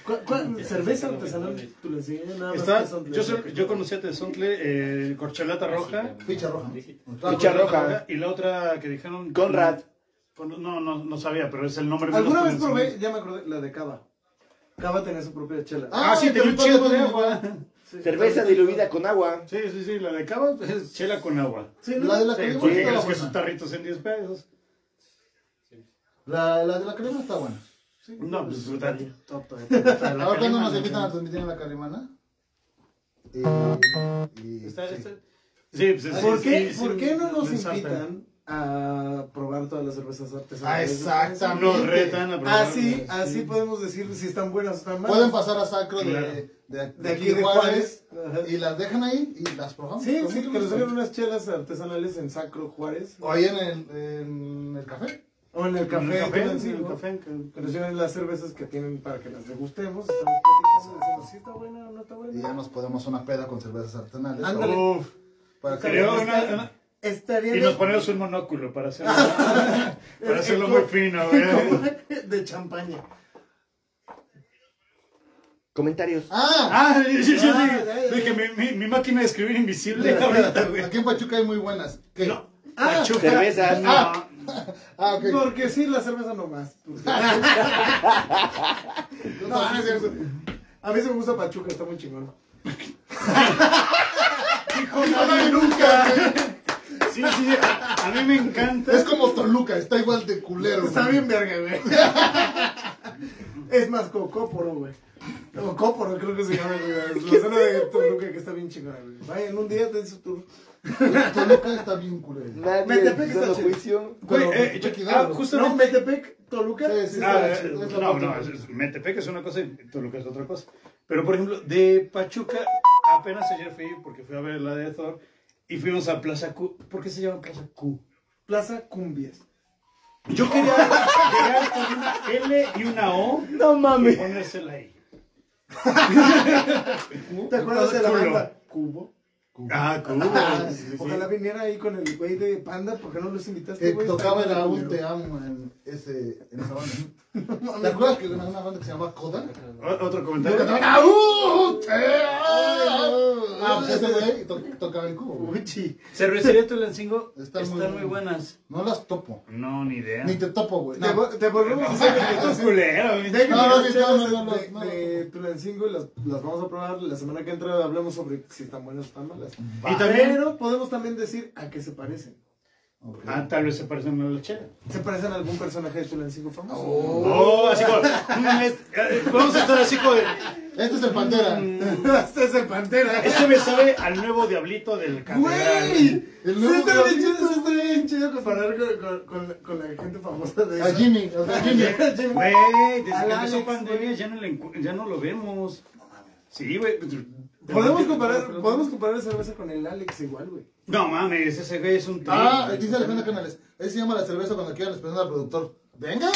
¿Cuál, cuál cerveza artesanal? Tú le enseñé nada más. Está- Tesontle. yo, solo- yo conocí a Tesontle, eh, corcholata roja. Ficha roja. Ficha ¿eh? roja. Y la otra que dijeron. Conrad. Con- No, no, no sabía, pero es el nombre menos Alguna vez convencional. probé, ya me acordé, la de Cava. Cava tenía su propia chela. Ah, sí, te tenía un chingo de agua. Cerveza diluida con agua. Sí, sí, sí, la de Cava es chela con agua. Sí, ¿no? La de la Sí, crema porque está crees buena. que sus tarritos en 10 pesos. La, la de la crema está buena. No, pues frutal. Ahora cuando nos invitan a transmitir en la calimana. Y, y, Está- sí. está- Sí, pues es- ¿Por es- qué, es- ¿por qué no nos es- invitan a probar todas las cervezas Ah, artesanales? Ah, exactamente. Nos retan a probar. Así, así podemos decir si están buenas o están Pueden malas. pasar a sacro de, Claro. de, de, De aquí de Juárez. Juárez. Ajá. Y las dejan ahí y las probamos. Sí, Con sí, mucho que nos gusto. hagan unas chelas artesanales en Sacro Juárez. O ahí en el, en el café. O en el En el café. café, con el en el circo. café, en- Que nos lleven las cervezas que tienen para que las degustemos. Estamos platicando, decimos si está buena o no está Y ya buena. nos podemos una peda con cervezas artesanales. Ándale. Uf, Para que creo una- una- Estaría y bien. nos ponemos un monóculo para hacerlo, para hacerlo muy fino, güey. de champaña. Comentarios. ¡Ah! Ah, yo, yo- yo Ah, dije, ya, ya, dije, mi, mi, mi máquina de escribir invisible ahorita, güey. Aquí en Pachuca hay muy buenas. ¿Qué? No. Ah, La chupa. cervezas. No. Ah, ok. Porque sí, la cerveza no más. Porque- no, no es cierto. A mí se me gusta Pachuca, está muy chingón. No, no, nunca. güey. Sí, sí, a, a mí me encanta. Es como Toluca, está igual de culero. Está güey. bien verga, güey. Es más Cocóporo, güey. Cocóporo, creo que se llama, güey. La zona de Toluca que está bien chingona, güey. Vayan un día de su tour. Toluca está bien culero. Nadie Metepec está está dando chido. juicio. Güey, Pero, eh, yo- Chucky, ah, dalo. No, justamente. Metepec, Toluca. Sí, sí, Ah, es la- es la no, parte- no, es- es- Metepec es una cosa y Toluca es otra cosa. Pero, por ejemplo, de Pachuca, apenas ayer fui, porque fui a ver la de Thor, y fuimos a Plaza Q. ¿Por qué se llama Plaza Q? Plaza Cumbias. Yo quería llegar con una L y una O No y mames. ponérsela ahí. ¿Te acuerdas de la Culo. banda? Cubo. Ah, Ah, Cuba. Ojalá viniera ahí con el güey de Panda, porque no los invitaste, Que güey. Eh, tocaba el Está bien, aún güey. te amo en, ese, en esa banda. ¿Te acuerdas que era una banda que se llamaba Coda? Otro Que comentario. cantaban ¡Aún te amo! Ah, pues ese güey to- tocaba el cubo. güey. Uchi. Cervecería Tulancingo Están están, muy muy buenas. buenas. No las topo. No, ni idea. Ni te topo, güey. Te, No. vo- te volvemos a hacer Esto es culero, güey. Déjenme No, no, las sí, no, chelas no, no, de- no, no. de Tulancingo y las, las vamos a probar. La semana que entra hablamos sobre si están buenas o están malas. Y también. Pero podemos también decir a qué se parecen. Ok. Ah, tal vez se parecen a la chela. ¿Se parecen a algún personaje de Tulancingo famoso? Oh, así como. mm, es- eh, Vamos a estar así como. de, Este es el Pantera. Este es el Pantera. Este me sabe al nuevo diablito del catedral. ¡Güey! El El nuevo está bien Diablito. chido, está bien chido comparar con, con, con, la- con la gente famosa de A Jimmy. o sea, Jimmy. Jimmy. Güey, desde Al que empezó Alex, pandemia güey. ya no, le encu- ya no lo vemos. Sí, güey. Podemos comparar, podemos comparar esa cerveza con el Alex igual, güey. No mames, ese güey es un tri. Ah, dice Alejandro Canales. Él se llama la cerveza cuando quieran les presentan al productor. Venga.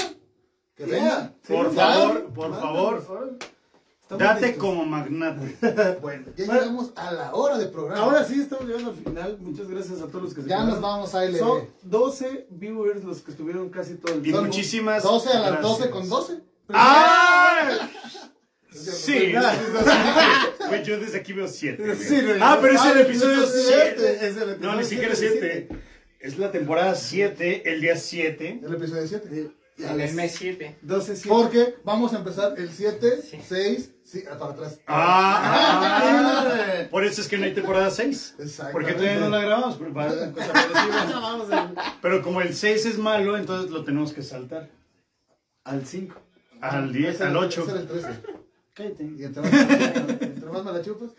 Que venga. Por Ya. favor, por favor. Estamos Date listos. como magnate. Bueno, ya llegamos a la hora de programa. Ahora sí estamos llegando al final. Muchas gracias a todos los que se Ya nos quedaron. vamos a LB. Son 12 viewers los que estuvieron casi todo el Y día. Son muchísimas 12 a las gracias. 12 con 12. ¡Ah! Sí. Güey, yo desde aquí veo 7. Sí, güey. ah, pero es Ah, el el episodio episodio 7. siete. Es el episodio No, ni siquiera es siete de 7. Es la temporada 7, el día 7. El episodio 7. En el mes 7. 12 sí. Porque vamos a empezar el 7, 6, sí, ah, para atrás. Ah, por eso es que no hay temporada 6. Exactamente. Porque todavía no la grabamos. Pero, para una cosa progresiva. Vamos al, Pero como el 6 es malo, entonces lo tenemos que saltar. al 5. Al 10, Ese al era- ese era 8. el 13. Y entre más, entre más me la chupas.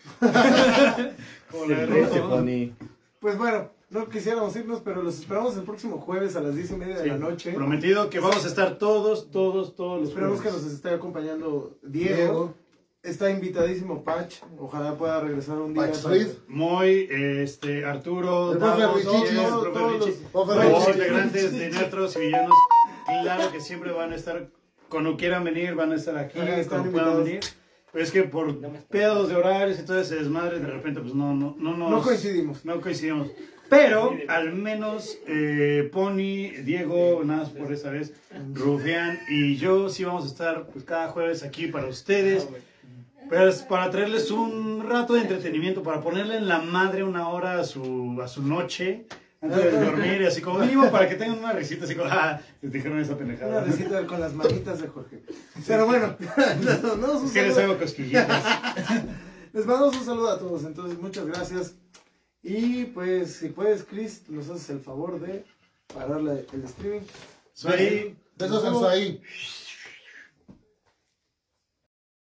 Se pone. Pues bueno, no quisiéramos irnos, pero los esperamos el próximo jueves a las 10 y media de la noche. Prometido que vamos a estar todos, todos, todos los Esperemos que nos jueves. esté acompañando Diego. Está invitadísimo Patch. Ojalá pueda regresar un día. Patch para- Reed. Moy, este, Arturo, El profe Davos, Richie, Chis, todo, profe todos Richie, los- profe todos los Richie. integrantes de Nertros y Villanos, claro que siempre van a estar, cuando quieran venir, van a estar aquí, Ajá, están cuando puedan invitados. venir. Pero es que por pedos de horarios y todo ese desmadre, de repente, pues no, no, no, nos- No coincidimos. No coincidimos. Pero al menos eh, Pony, Diego, nada más por esa vez, Rufián y yo sí vamos a estar pues, cada jueves aquí para ustedes. Pues para traerles un rato de entretenimiento, para ponerle en la madre una hora a su, a su noche, antes de dormir, y así como mínimo, para que tengan una risita, así como, ah, les dijeron esa Una pendejada. recita con las manitas de Jorge. Pero bueno, nos mandamos un Es que les saludo. hago cosquillitas. Les mandamos un saludo a todos, entonces muchas gracias. Y pues, si puedes, Chris, nos haces el favor de pararle el streaming. Soy Besos en su ahí.